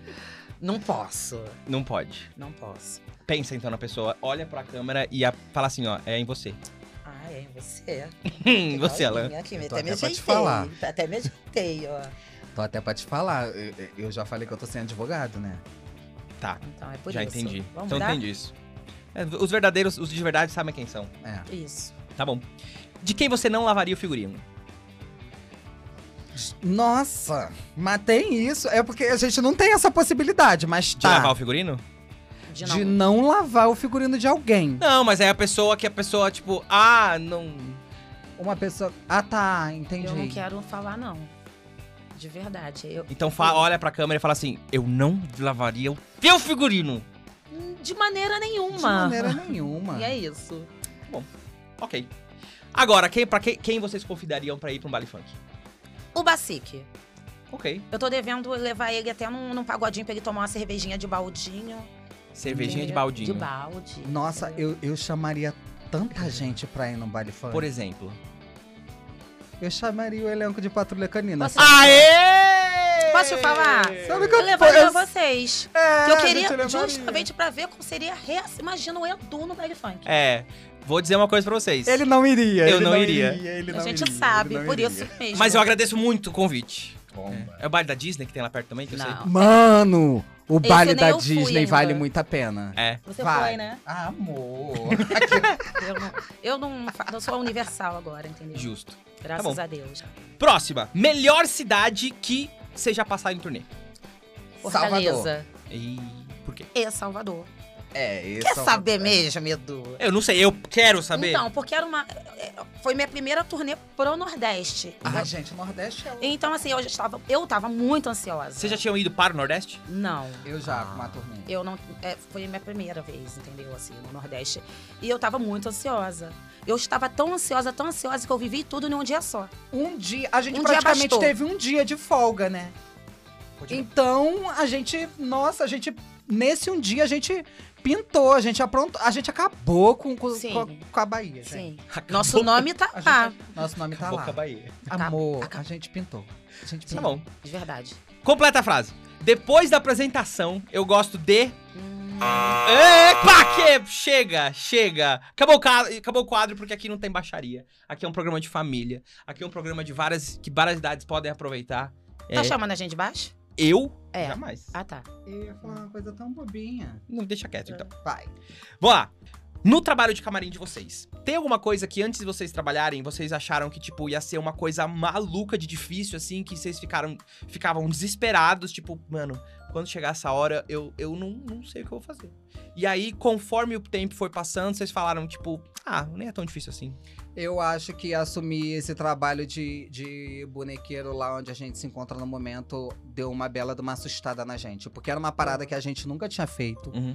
Não posso, Não pode. não posso. Pensa então na pessoa, olha pra câmera e a- fala assim: ó, é em você. Ah, é em você. Hum, você, Alan. Olha, Aqui, Eu tô É, até me até pra te ajeitei. falar. Até me ajeitei, ó. Tô até pra te falar, eu, eu já falei que eu tô sem advogado, né? Tá, Então é por já isso. entendi. Vamos então mudar? entendi isso. É, os verdadeiros, os de verdade sabem quem são. É. Isso. Tá bom. De quem você não lavaria o figurino? Nossa, mas tem isso. É porque a gente não tem essa possibilidade, mas De tá. lavar o figurino? De De não. não, lavar o figurino de alguém. Não, mas é a pessoa que a pessoa, tipo, ah, não. Uma pessoa. Ah, tá, entendi. Eu não quero falar, não. De verdade. Eu, Então fa- olha pra câmera e fala assim: eu não lavaria o teu figurino. de maneira nenhuma. De maneira nenhuma. E é isso. Ok. Agora, quem, pra quem, quem vocês convidariam pra ir pra um baile funk? O Bacique. Ok. Eu tô devendo levar ele até num, num pagodinho pra ele tomar uma cervejinha de baldinho. Cervejinha de entendeu? baldinho. De balde. Nossa, entendeu? eu, eu chamaria tanta gente pra ir no baile funk. Por exemplo. Eu chamaria o elenco de Patrulha Canina. Posso- Aê! Posso te falar? Sabe que Eu eu- levaria eu- vocês. É, que eu a queria gente levaria. justamente pra ver como seria a reação. Imagina o Edu no baile funk. É, vou dizer uma coisa pra vocês. Ele não iria. Eu ele não iria. ele a não gente iria, sabe, ele não por iria. isso mesmo. Mas eu agradeço muito o convite. Bomba. É o baile da Disney que tem lá perto também, que eu sei. Não. Mano, o Esse baile nem da eu fui Disney ainda. vale muito a pena. É. Você Vai. Ah, foi, né? Amor. Eu não, eu não, fa- eu sou a universal agora, entendeu? Justo. Graças tá bom. a Deus. Próxima. Melhor cidade que você já passar em turnê. Salvador. Fortaleza. E por quê? E Salvador. É, isso. Quer saber mesmo, Edu? Eu não sei, eu quero saber. Então, porque era uma. é, Foi minha primeira turnê pro Nordeste. Ah, gente, o Nordeste é o... Então, assim, eu já estava. Eu tava muito ansiosa. Vocês já tinham ido para o Nordeste? Não. Eu já, com uma turnê. Eu não. é, foi minha primeira vez, entendeu? Assim, no Nordeste. E eu tava muito ansiosa. Eu estava tão ansiosa, tão ansiosa, que eu vivi tudo em um dia só. Um dia, a gente Um dia praticamente bastou. teve um dia de folga, né? Continua. Então, a gente, nossa, a gente, nesse um dia, a gente pintou, a gente aprontou, a gente acabou com, com, Sim. com, a- com a Bahia, gente. Sim. Acabou. Nosso nome tá A gente- lá. Nosso nome tá Acabou lá. com a Bahia. Amor, Acabou. a gente pintou. A gente Tá pintou. bom. De verdade. Completa a frase. Depois da apresentação, eu gosto de. Hum. Ah. Epa, É, que chega, chega. Acabou o, ca- acabou o quadro porque aqui não tem baixaria. Aqui é um programa de família. Aqui é um programa de várias que várias idades podem aproveitar. Tá É, chamando a gente de baixo? eu É. jamais. Ah, tá. Eu ia falar uma coisa tão bobinha. Não deixa quieto então. Vai. Vamos lá. No trabalho de camarim de vocês, tem alguma coisa que antes de vocês trabalharem, vocês acharam que, tipo, ia ser uma coisa maluca de difícil, assim, que vocês ficaram, ficavam desesperados, tipo, mano, quando chegar essa hora, eu, eu não, não sei o que eu vou fazer. E aí, conforme o tempo foi passando, vocês falaram, tipo, ah, nem é tão difícil assim. Eu acho que assumir esse trabalho de, de bonequeiro lá onde a gente se encontra no momento deu uma bela de uma assustada na gente. Porque era uma parada que a gente nunca tinha feito. Uhum.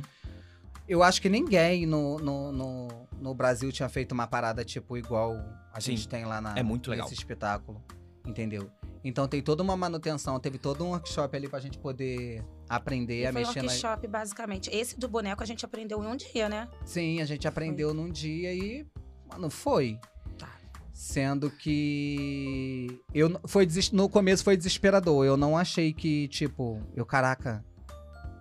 Eu acho que ninguém no, no, no, no Brasil tinha feito uma parada tipo igual a Sim. gente tem lá na, É muito legal. nesse espetáculo. Entendeu? Então tem toda uma manutenção, teve todo um workshop ali pra gente poder aprender a foi um mexer na. workshop, basicamente. Esse do boneco a gente aprendeu em um dia, né? Sim, a gente aprendeu num dia e, mano, foi. Tá. Sendo que eu n- foi deses- no começo foi desesperador. Eu não achei que tipo, eu caraca.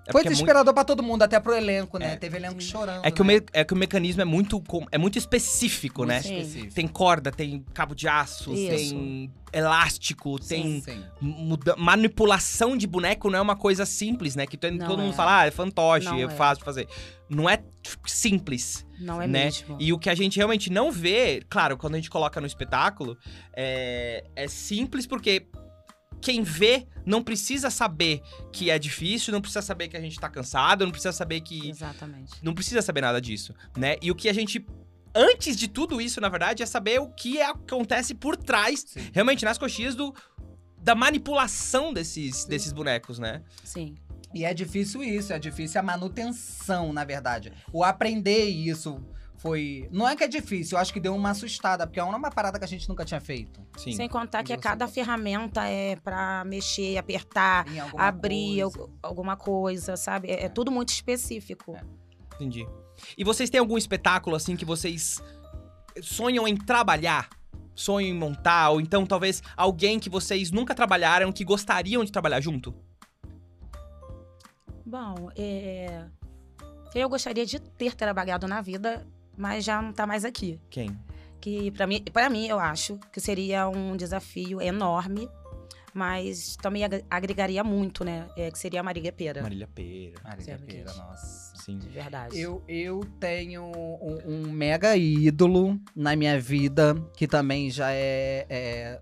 É foi porque é muito- desesperador pra todo mundo, até pro elenco, né? É. Teve elenco Sim. chorando. É que, o né? me- é que o mecanismo é muito, com- é muito específico, Muito né? Sim. específico. Tem corda, tem cabo de aço, Isso. tem elástico, tem Sim. muda- manipulação de boneco não é uma coisa simples, né? Que to- Não todo mundo é. fala, ah, é fantoche, Não é é. fácil de fazer. Não é tipo, simples. Não é Né? mesmo. E o que a gente realmente não vê, claro, quando a gente coloca no espetáculo, é, é simples porque quem vê não precisa saber que é difícil, não precisa saber que a gente tá cansado, não precisa saber que. Exatamente. Não precisa saber nada disso, né? E o que a gente. Antes de tudo isso, na verdade, é saber o que é- acontece por trás Sim. realmente nas coxinhas do da manipulação desses, desses bonecos, né? Sim. E é difícil isso, é difícil a manutenção, na verdade. O aprender isso foi. Não é que é difícil, eu acho que deu uma assustada, porque é uma parada que a gente nunca tinha feito. Sim. Sem contar que é Você- cada ferramenta é pra mexer, apertar, Em alguma abrir coisa. al- alguma coisa, sabe? É, é É. tudo muito específico. É. Entendi. E vocês têm algum espetáculo assim que vocês sonham em trabalhar? sonham em montar, ou então talvez alguém que vocês nunca trabalharam, que gostariam de trabalhar junto? Bom, é, eu gostaria de ter trabalhado na vida, mas já não tá mais aqui. Quem? Que para mim, para mim eu acho que seria um desafio enorme, mas também ag- agregaria muito, né? É, que seria a Marília Pera, Marília Pera. Marília Sempre Pera, quis. nossa. Sim. de verdade. Eu, eu tenho um, um mega ídolo na minha vida, que também já é, é,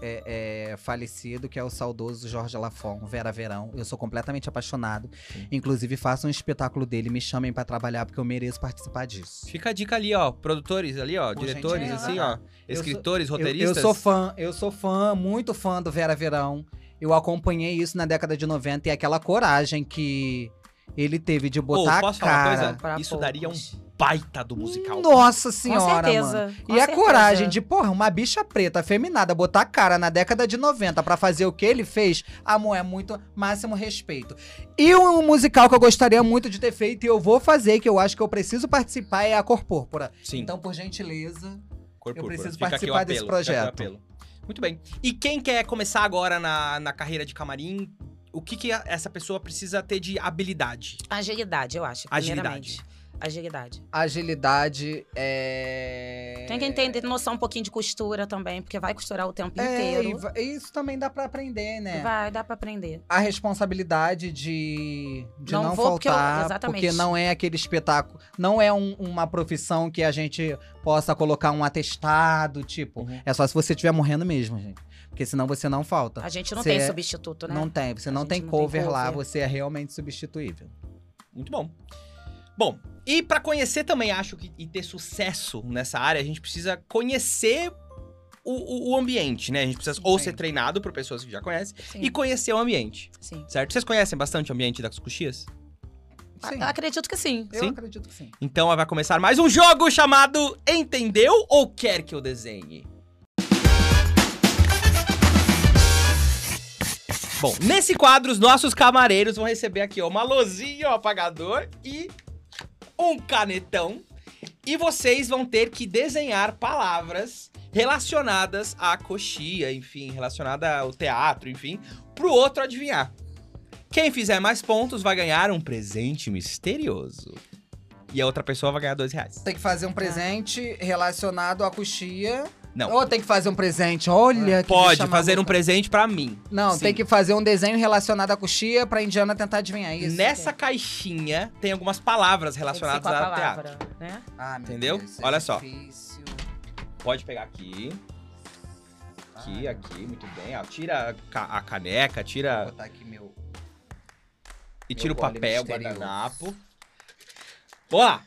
é- é falecido, que é o saudoso Jorge Lafon, Vera Verão. Eu sou completamente apaixonado. Sim. Inclusive, façam um espetáculo dele, me chamem pra trabalhar, porque eu mereço participar disso. Fica a dica ali, ó. Produtores ali, ó. Pô, diretores, gente, é, assim, é. ó. Eu sou- Escritores, Eu- roteiristas. Eu, sou fã, eu sou fã, muito fã do Vera Verão. Eu acompanhei isso na década de 90 e aquela coragem que ele teve de Pô, botar a posso cara. falar uma coisa? Pra Isso daria um poucos. baita do musical. Nossa senhora, com certeza. mano. com E a certeza. coragem de, porra, uma bicha preta, afeminada, botar a cara na década de 90 pra fazer o que ele fez, amor, é muito máximo respeito. E um musical que eu gostaria muito de ter feito e eu vou fazer, que eu acho que eu preciso participar, é a Cor Púrpura. Sim, Então, por gentileza, cor eu púrpura. preciso Fica aqui o participar desse apelo, fica aqui o projeto. apelo. Muito bem. E quem quer começar agora na, na carreira de camarim, o que, que a- essa pessoa precisa ter de habilidade? Agilidade, eu acho. Agilidade. primeiramente. Agilidade. agilidade é. Tem que entender noção um pouquinho de costura também, porque vai costurar o tempo É, e inteiro. va- e isso também dá pra aprender, né? Vai, dá pra aprender. a responsabilidade de, de não, Não vou porque eu- faltar, porque, exatamente. não é aquele espetáculo, não é um- uma profissão que a gente possa colocar um atestado, tipo, Uhum. é só se você estiver morrendo mesmo, gente, porque senão você não falta. A gente não Então, Cê- é tem substituto, né? Não tem, você A não gente tem, não tem cover lá, cover. você é realmente substituível. Muito bom. Bom, e pra conhecer também, acho que e ter sucesso nessa área, a gente precisa conhecer o, o- o ambiente, né? A gente precisa ou Sim. ser treinado por pessoas que já conhecem Sim, e conhecer o ambiente, sim. certo? Vocês conhecem bastante o ambiente das coxias? Sim, A- Acredito que sim. eu sim. acredito que sim. Então vai começar mais um jogo chamado Entendeu ou Quer que eu desenhe? Bom, nesse quadro, os nossos camareiros vão receber aqui ó, uma luzinha, um apagador e um canetão. E vocês vão ter que desenhar palavras relacionadas à coxia, enfim, relacionada ao teatro, enfim, pro outro adivinhar. Quem fizer mais pontos vai ganhar um presente misterioso. E a outra pessoa vai ganhar dois reais. Tem que fazer um Ah. presente relacionado à coxia. Não. Ou tem que fazer um presente, olha que Pode bicha fazer um maluca. presente pra mim. Não, Sim. tem que fazer um desenho relacionado à coxia pra Indiana tentar adivinhar isso. Nessa caixinha tem algumas palavras Tem que ser relacionadas com a ao teatro. palavra, né? Ah, meu Entendeu? Deus, Olha é só. difícil. Pode pegar aqui. Ah, Aqui, aqui, muito bem. Ó, tira a ca- a caneca, Vou tira botar aqui meu. e Meu tira o gole papel, o misterioso. guardanapo. Vamos lá.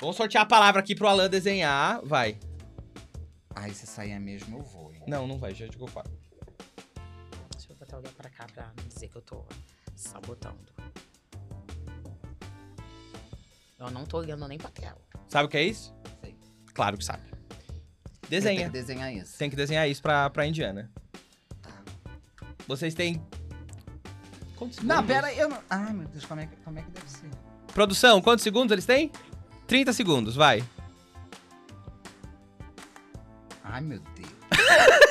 Vamos sortear a palavra aqui pro Alan desenhar. Vai. Ai, se sair é mesmo, eu vou, hein? Não, não vai, já jogou fora. Deixa eu botar alguém pra cá pra não dizer que eu tô sabotando. Eu não tô olhando nem pra tela. Sabe o que é isso? Sei. Claro que sabe. Eu tenho que Desenha. desenhar isso. Tem que desenhar isso pra, pra Indiana. Tá. Vocês têm. Quantos Não, segundos? pera aí, eu não. Ai, meu Deus, como é que, como é que deve ser? Produção, quantos segundos eles têm? 30 segundos, vai. Ai, meu Deus.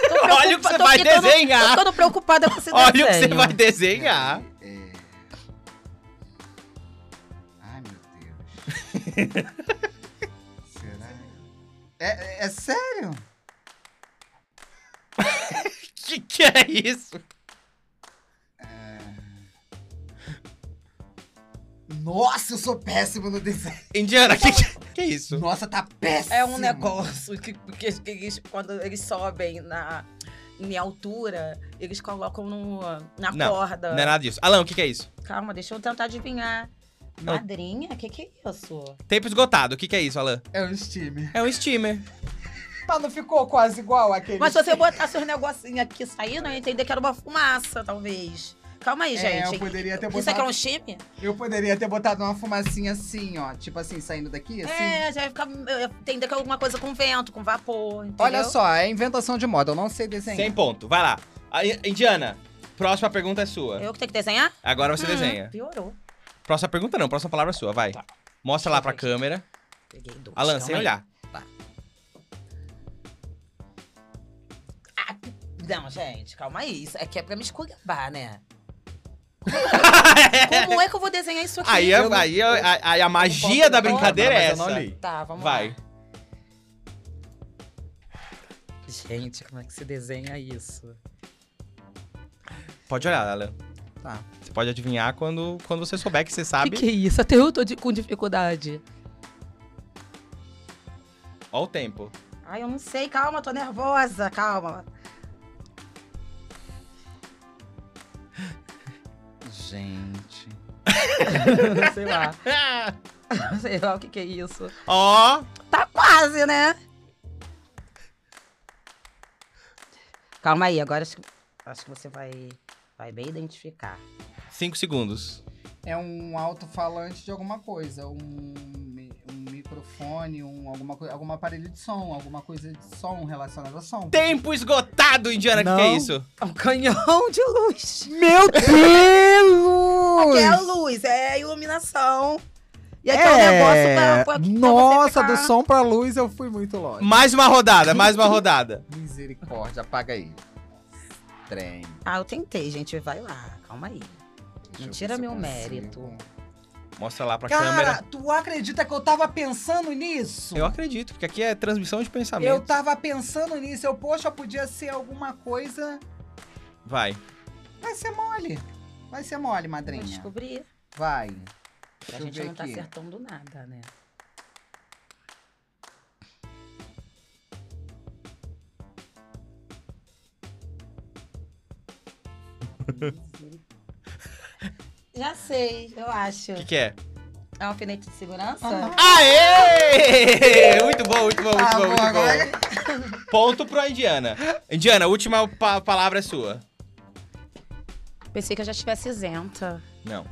Tô Olha o que preocupa- você tô vai ficando- desenhar. Tô ficando preocupada com esse Olha o que desenho. você vai desenhar. Peraí, é. Ai, meu Deus. Será? É, é- é sério? Que que é isso? Nossa, eu sou péssimo no desenho. Indiana, que que, que é isso? Nossa, tá péssimo. É um negócio que, que- que eles- quando eles sobem na, em altura, eles colocam no, na Não, corda. Não é nada disso. Alan, o que que é isso? Calma, deixa eu tentar adivinhar. Não. Madrinha? O que, que é isso? Tempo esgotado, o que que é isso, Alan? É um time. É um steamer. Mas não ficou quase igual aquele. Mas se você botar seus negocinhos aqui saindo, eu ia entender que era uma fumaça, talvez. Calma aí, É, gente. eu poderia ter Isso aqui é botado- um chip? Eu poderia ter botado uma fumacinha assim, ó. Tipo assim, saindo daqui, assim. É, já ia ficar. Eu ia entender que é alguma coisa com vento, com vapor. Entendeu? Olha só, é inventação de moda, eu não sei desenhar. Sem ponto, vai lá. A- Indiana, próxima pergunta é sua. Eu que tenho que desenhar? Agora você Hum, desenha. Piorou. Próxima pergunta não, próxima palavra é sua, vai. Tá. Mostra lá pra Deixa câmera. Peguei dois. Alan, calma sem aí. olhar. Ah, Não, gente, calma aí. Isso aqui é pra me esculhambar, né? Como é que eu vou desenhar isso aqui? Aí, eu é- não- aí, é- a- aí a magia posso da dar uma brincadeira é mas eu essa. não li. Tá, vamos Vai. lá. Gente, como é que se desenha isso? Pode olhar, Alan. Tá. Você pode adivinhar quando, quando você souber que você sabe. Que que é isso? Até eu tô de- com dificuldade. Ó o tempo. Ai, eu não sei. Calma, tô nervosa. Calma. Gente. sei lá. Sei lá o que que é isso. Ó! Tá quase, né? Calma aí, agora acho, acho que você vai, vai bem identificar. Cinco segundos. É um alto-falante de alguma coisa. Um, mi- um microfone, um, alguma coi- algum aparelho de som, alguma coisa de som relacionada a som. Tempo esgotado, Indiana. O que, que é Não. isso? É um canhão de luz. Meu Deus! Que é a luz, é a iluminação. E aqui é, É. um negócio pra, pra, pra você Nossa, ficar... do som pra luz eu fui muito longe. Mais uma rodada, mais uma rodada. Misericórdia, apaga aí. Trem. Ah, eu tentei, gente. Vai lá, calma aí. Deixa Não eu ver tira se eu meu consigo. mérito. Mostra lá pra Cara, câmera. tu acredita que eu tava pensando nisso? Eu acredito, porque aqui é transmissão de pensamento. Eu tava pensando nisso. Eu, poxa, podia ser alguma coisa. Vai. Vai ser mole. Vai ser mole, Vou madrinha. descobrir. Vai. A eu gente ver não tá aqui. acertando nada, né? Já sei, eu acho. Tá. O que, que é? É um alfinete de segurança? Aê! Muito bom, muito bom, muito Ah, bom, bom, muito agora- bom. Ponto pro Indiana. Indiana, a última pa- palavra é sua. Pensei que eu já estivesse isenta. Não.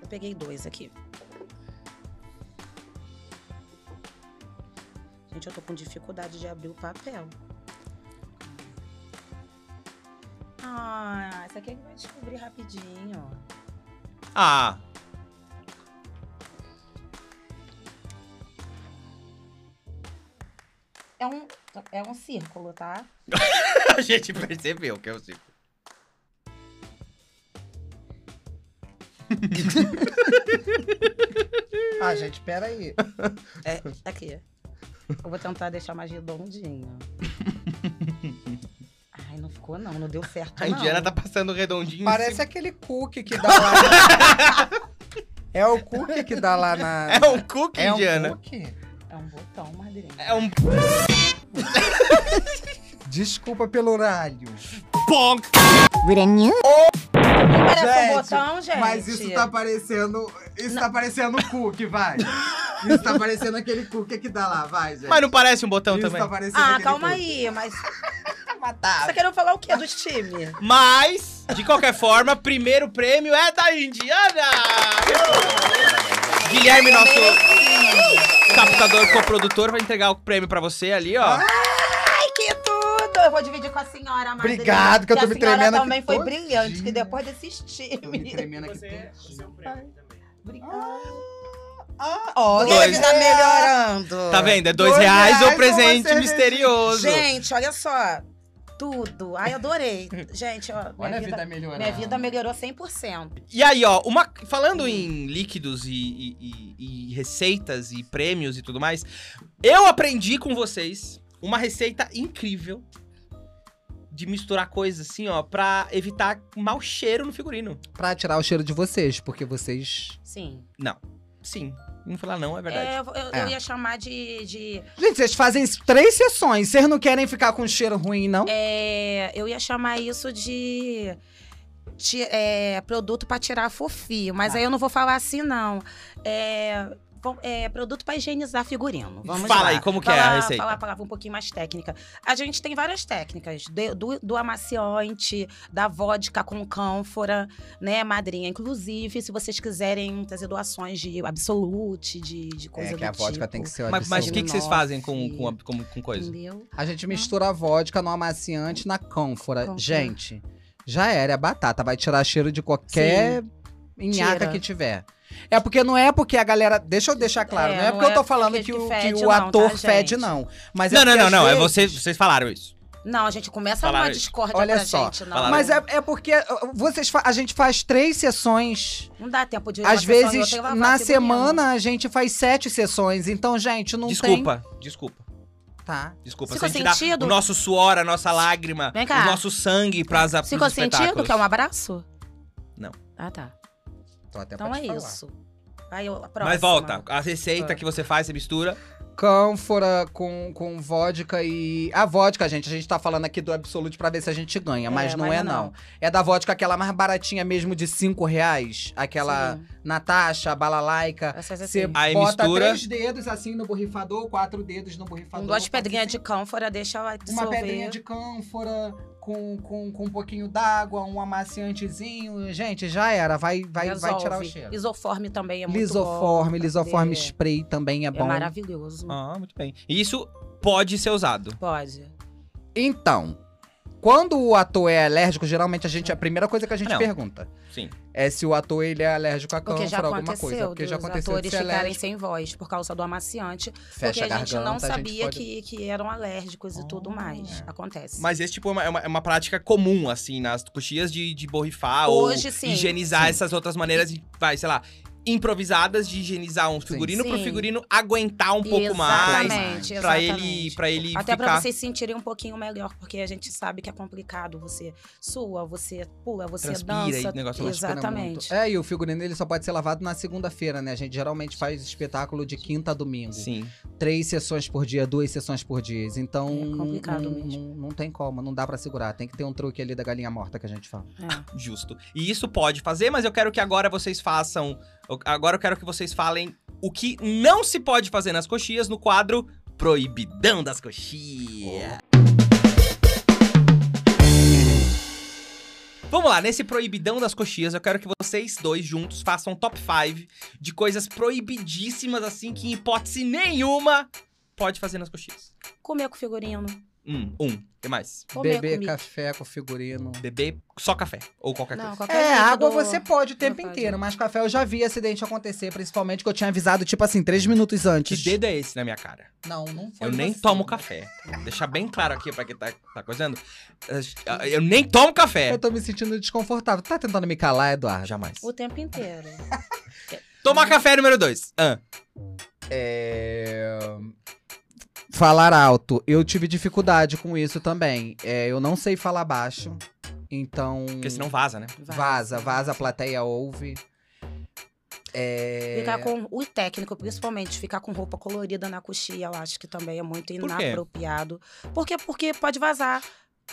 Eu peguei dois aqui. Gente, eu tô com dificuldade de abrir o papel. Ah, essa aqui ele vai descobrir rapidinho. Ah, É um, é um círculo, tá? a gente percebeu que é o ciclo. Ah, gente, pera aí. É, aqui. Eu vou tentar deixar mais redondinho. Ai, não ficou não, não deu certo A não. Indiana tá passando redondinho. em Parece aquele cookie que dá lá. é o cookie que dá lá na. cima. É um cookie, É um Indiana. cookie? É um botão, madrinha. É um Desculpa pelo horário. ponk. Não parece Gente, um botão, gente. Mas isso tá parecendo. Isso tá parecendo o cookie, vai. Isso tá parecendo aquele cookie que dá lá, vai, gente. Mas não parece um botão isso também. tá parecendo Ah, aquele Tá calma cookie. aí, mas. Ah. Você querendo falar o quê dos times? Mas, de qualquer forma, primeiro prêmio é da Indiana! Guilherme, nosso captador coprodutor, vai entregar o prêmio pra você ali, ó. Ai, que tudo! Eu vou dividir com a senhora, Madrinha. Obrigado, que eu tô me A tremendo senhora aqui também foi todo brilhante, dia. que depois desses times. Tô me tremendo aqui. é todinho. Obrigada. Ah, Ó, Dois. ele tá melhorando. Tá vendo? É dois, Dois reais, reais ou ou uma presente cervejinha. misterioso. Gente, olha só. Tudo. Ai, adorei. Gente, ó, minha Olha a vida, vida melhorando. minha vida melhorou 100%. E aí, ó, uma, falando em líquidos e, e- e- e receitas e prêmios e tudo mais, eu aprendi com vocês uma receita incrível de misturar coisas assim, ó, pra evitar mau cheiro no figurino. Pra tirar o cheiro de vocês, porque vocês. Sim. Sim, não falar não, é verdade. É, eu, eu- É. eu ia chamar de- de Gente, vocês fazem três sessões. Vocês não querem ficar com cheiro ruim, não? É, eu ia chamar isso de, ti- é, produto para tirar fofio, mas Tá. aí eu não vou falar assim, não. É, vam- é, produto para higienizar figurino. Vamos Fala lá. aí, como que falar, é a receita? Falar a palavra um pouquinho mais técnica. A gente tem várias técnicas, de- do, do amaciante, da vodka com cânfora, né, madrinha. Inclusive, se vocês quiserem fazer doações de absolute, de, É de coisa É do tipo, ser Mas, mas o que, que vocês Nossa, fazem com, com, a- com, com coisa? Entendeu? A gente mistura a vodka no amaciante na cânfora. Cânfora. Gente, já era, é batata. Vai tirar cheiro de qualquer minhaca Tira. que tiver. É porque não é porque a galera. Deixa eu deixar claro, É, não é não porque eu é tô falando porque que, que o, que fede o não, tá, ator fede, gente? não. Mas é não, não, porque não, às não. É vezes- você, vocês falaram isso. Não, a gente começa Falaram uma isso. discórdia Olha pra só, gente, não. falaram Mas é, é porque eh, vocês fa- a gente faz três sessões. Não dá tempo de uma Às sessão e vezes, outra, eu vou na falar, segura aí, semana, a gente faz sete sessões. Então, gente, não tem... desculpa, desculpa, Tá. desculpa. Ficou Se a gente sentido? dá o nosso suor, a nossa lágrima, Vem cá. o nosso sangue pras amor. pros Ficou sentido espetáculos. que é um abraço? Não. Ah, tá. Tô até Então pra é te falar. isso. Vai, eu- a próxima. Mas volta, a receita Bora. que você faz, você mistura. Cânfora com, com vodka e... A vodka, gente, a gente tá falando aqui do Absolute pra ver se a gente ganha. Mas É, não mas é, não. É da vodka aquela mais baratinha mesmo, de cinco reais. Aquela Sim, Natasha, Balalaica. essas Você assim. Aí bota mistura. três dedos assim no borrifador, quatro dedos no borrifador. Um duas pedrinhas de cânfora. cânfora, deixa ela Uma dissolver. pedrinha de cânfora com, com, com um pouquinho d'água, um amaciantezinho. Gente, já era. Vai, vai, vai tirar o Resolve. cheiro. Lisoforme também é muito bom. Lisoforme, pra lisoforme poder- spray também é É bom. maravilhoso. Ah, muito bem. E Isso pode ser usado. Pode. Então, quando o ator é alérgico, geralmente a gente a primeira coisa que a gente Não. pergunta Sim. é se o ator ele é alérgico a Porque já cânfora, alguma coisa, aconteceu porque já dos aconteceu de atores ser ficarem alérgico. sem voz por causa do amaciante, Fecha porque a gente garganta, não sabia pode- que, que eram alérgicos e tudo Ah. mais. Acontece. Mas esse tipo é uma, é uma- é uma prática comum, assim, nas coxias de, de borrifar Hoje, ou sim. higienizar Sim. essas outras maneiras, de, vai, sei lá, improvisadas de higienizar um figurino pro Sim. figurino aguentar um pouco mais. Exatamente, Pra ele, exatamente. pra ele Até pra ficar. vocês sentirem um pouquinho melhor, porque a gente sabe que é complicado. Você sua, você pula, você Transpira e dança. o negócio Transpira muito. Exatamente. É, e o figurino ele só pode ser lavado na segunda-feira, né? A gente geralmente faz espetáculo de quinta a domingo. Sim. Três sessões por dia, duas sessões por dia. Então. É complicado não, mesmo. Não, não tem como, não dá pra segurar. Tem que ter um truque ali da galinha morta que a gente fala. É. Justo. E isso pode fazer, mas eu quero que agora vocês façam. eu- Agora eu quero que vocês falem o que não se pode fazer nas coxias no quadro Proibidão das Coxias. Vamos lá, nesse proibidão das coxias, eu quero que vocês dois juntos façam um top 5 de coisas proibidíssimas, assim, que em hipótese nenhuma pode fazer nas coxias. Comer com figurino. Hum, um. O que mais? Comer Beber comigo. café com figurino. Beber só café ou qualquer coisa. Não, qualquer É, líquido- água você pode o tempo pode. inteiro, mas café eu já vi acidente acontecer, principalmente que eu tinha avisado, tipo assim, três minutos Que antes. dedo é esse na minha cara? Não, não foi. Eu nem você. tomo café. Deixar bem claro aqui pra quem tá, tá coisando. Eu- Eu nem tomo café. Ah, Eu tô me sentindo desconfortável. Tá tentando me calar, Eduardo? Jamais. O tempo inteiro. Tomar café número dois. Ah, É... Falar alto. Eu tive dificuldade com isso também. É, eu não sei falar baixo, então. porque senão vaza, né? Vaza, vaza, a plateia ouve. É... Ficar tá com o técnico, principalmente, ficar com roupa colorida na coxia, eu acho que também é muito Por quê? inapropriado. Por quê? Porque pode vazar,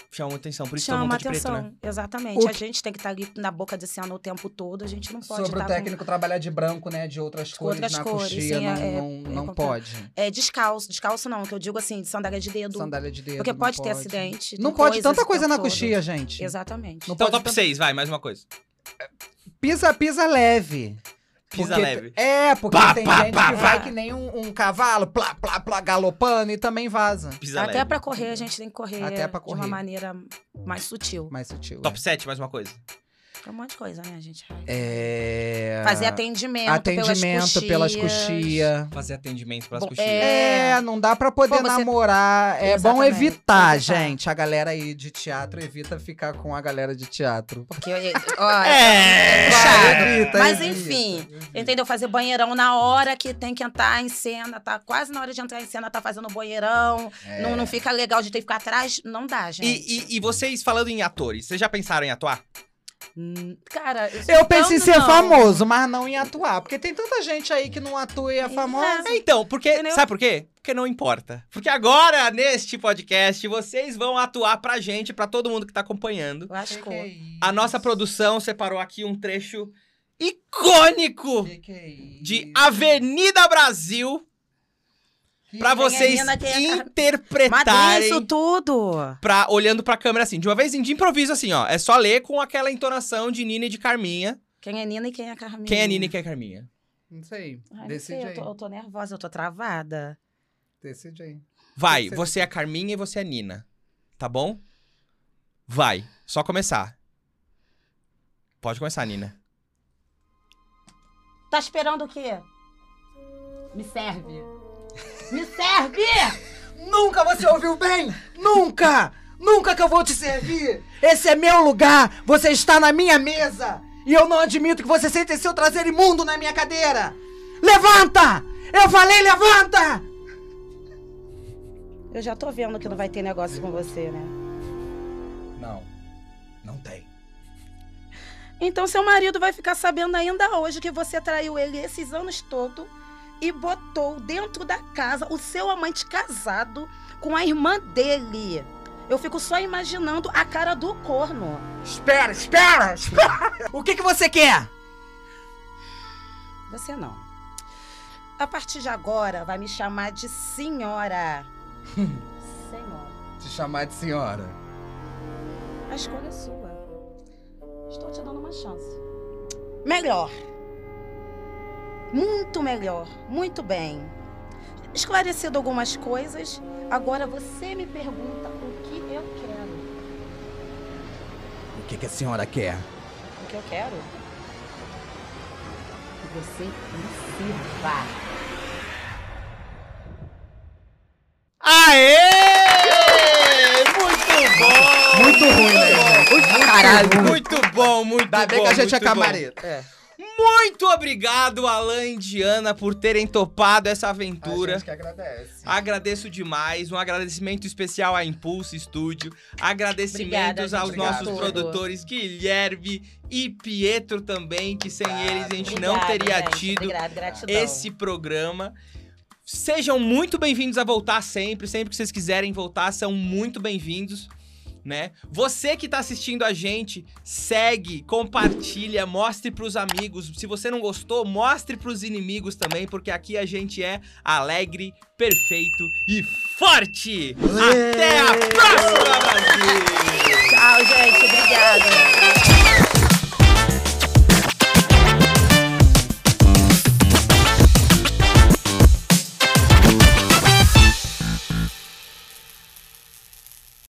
Chama atenção, por isso toma chama muito de atenção. preto, né? Exatamente. O A gente tem que estar ali na boca desse ano o tempo todo, a gente não pode tá Sobre estar o técnico trabalhar de branco, né? De outras Com cores outras na cores, coxia, sim, não, é- não, é não complicado. pode. com... É, descalço, descalço não, que eu digo assim, de sandália de dedo. Sandália de dedo. porque não pode ter acidente. Não tem pode coisas tanta o coisa tempo na todo. coxia, gente. Exatamente. Não Então, pode top seis, vai, mais uma coisa. Pisa, pisa leve. Pisa Porque- leve. É, porque Pá, tem pá, gente pá, que pá. vai que nem um, um cavalo, plá, plá, plá, galopando e também vaza. Pisa Até leve. pra correr, a gente tem que correr, Até pra de correr. uma maneira mais sutil. Mais sutil. é. Top 7, mais uma coisa. É um monte de coisa, né, gente? Ai. É... Fazer atendimento, atendimento pelas coxias. Fazer atendimento pras Bom, coxias. É, não dá pra poder Bom, você- namorar. É bom Exatamente, evitar, evitar. gente. A galera aí de teatro evita ficar com a galera de teatro. Porque, olha, É! Puxado. Evita, Mas evita. enfim, entendeu? Fazer banheirão na hora que tem que entrar em cena, tá? Quase na hora de entrar em cena, tá fazendo banheirão. É. Não, não fica legal de ter que ficar atrás. Não dá, é, gente. E, e- e vocês falando em atores, vocês já pensaram em atuar? Hum, Cara, isso Eu penso em tanto ser não. famoso, mas não em atuar. Porque tem tanta gente aí que não atua e é famosa. É, Então, porque. Entendeu? Sabe por quê? Porque não importa. Porque agora, neste podcast, vocês vão atuar pra gente, pra todo mundo que tá acompanhando. Que Lascou. que é isso? A nossa produção separou aqui um trecho icônico Que que é isso? de Avenida Brasil Que pra Quem é vocês Nina, quem é- Mas isso interpretarem tudo. para olhando pra câmera assim, de uma vez em de improviso assim, ó, é só ler com aquela entonação de Nina e de Carminha. Quem é Nina e quem é Carminha? Quem é Nina e quem é Carminha? Não sei. Ai, não sei, Decide eu aí. tô, eu tô nervosa, eu tô travada. Decide aí. Vai, Você- você é a Carminha e você é a Nina. Tá bom? Vai, só começar. Pode começar, Nina. Tá esperando o quê? Me serve. Me serve! Nunca você ouviu bem? Nunca! Nunca que eu vou te servir! Esse é meu lugar! Você está na minha mesa! E eu não admito que você sente seu traseiro imundo na minha cadeira! Levanta! Eu falei, levanta! Eu já tô vendo que não vai ter negócio com você, né? Não. Não tem. Então seu marido vai ficar sabendo ainda hoje que você traiu ele esses anos todo e botou dentro da casa o seu amante casado com a irmã dele. Eu fico só imaginando a cara do corno. Espera, espera, espera! O que que você quer? Você não. A partir de agora vai me chamar de senhora. senhora. Te chamar de senhora. A escolha é sua. Estou te dando uma chance. Melhor. Muito melhor. Muito bem. Esclarecido algumas coisas, agora você me pergunta o que eu quero. O que que a senhora quer? O que eu quero? Que você me sirva. Aê! Muito bom! Muito ruim, né, gente? Caralho. Muito bom, muito bom. Ainda bem que a gente é muito bom. camareiro. É. Muito obrigado, Alan e Diana, por terem topado essa aventura. que agradece. Agradeço demais, um agradecimento especial à Impulso Estúdio, Obrigada, agradecimentos gente, aos obrigado nossos por tudo. produtos produtores Guilherme e Pietro também, que sem Obrigado. eles a gente não Obrigada, teria gente. tido Obrigada, gratidão. esse programa. Sejam muito bem-vindos a voltar sempre, sempre que vocês quiserem voltar, são muito bem-vindos, né? Você que tá assistindo a gente, segue, compartilha, mostre pros amigos. Se você não gostou, mostre pros inimigos também, porque aqui a gente é alegre, perfeito e forte. Até a próxima, Brasil! Ah,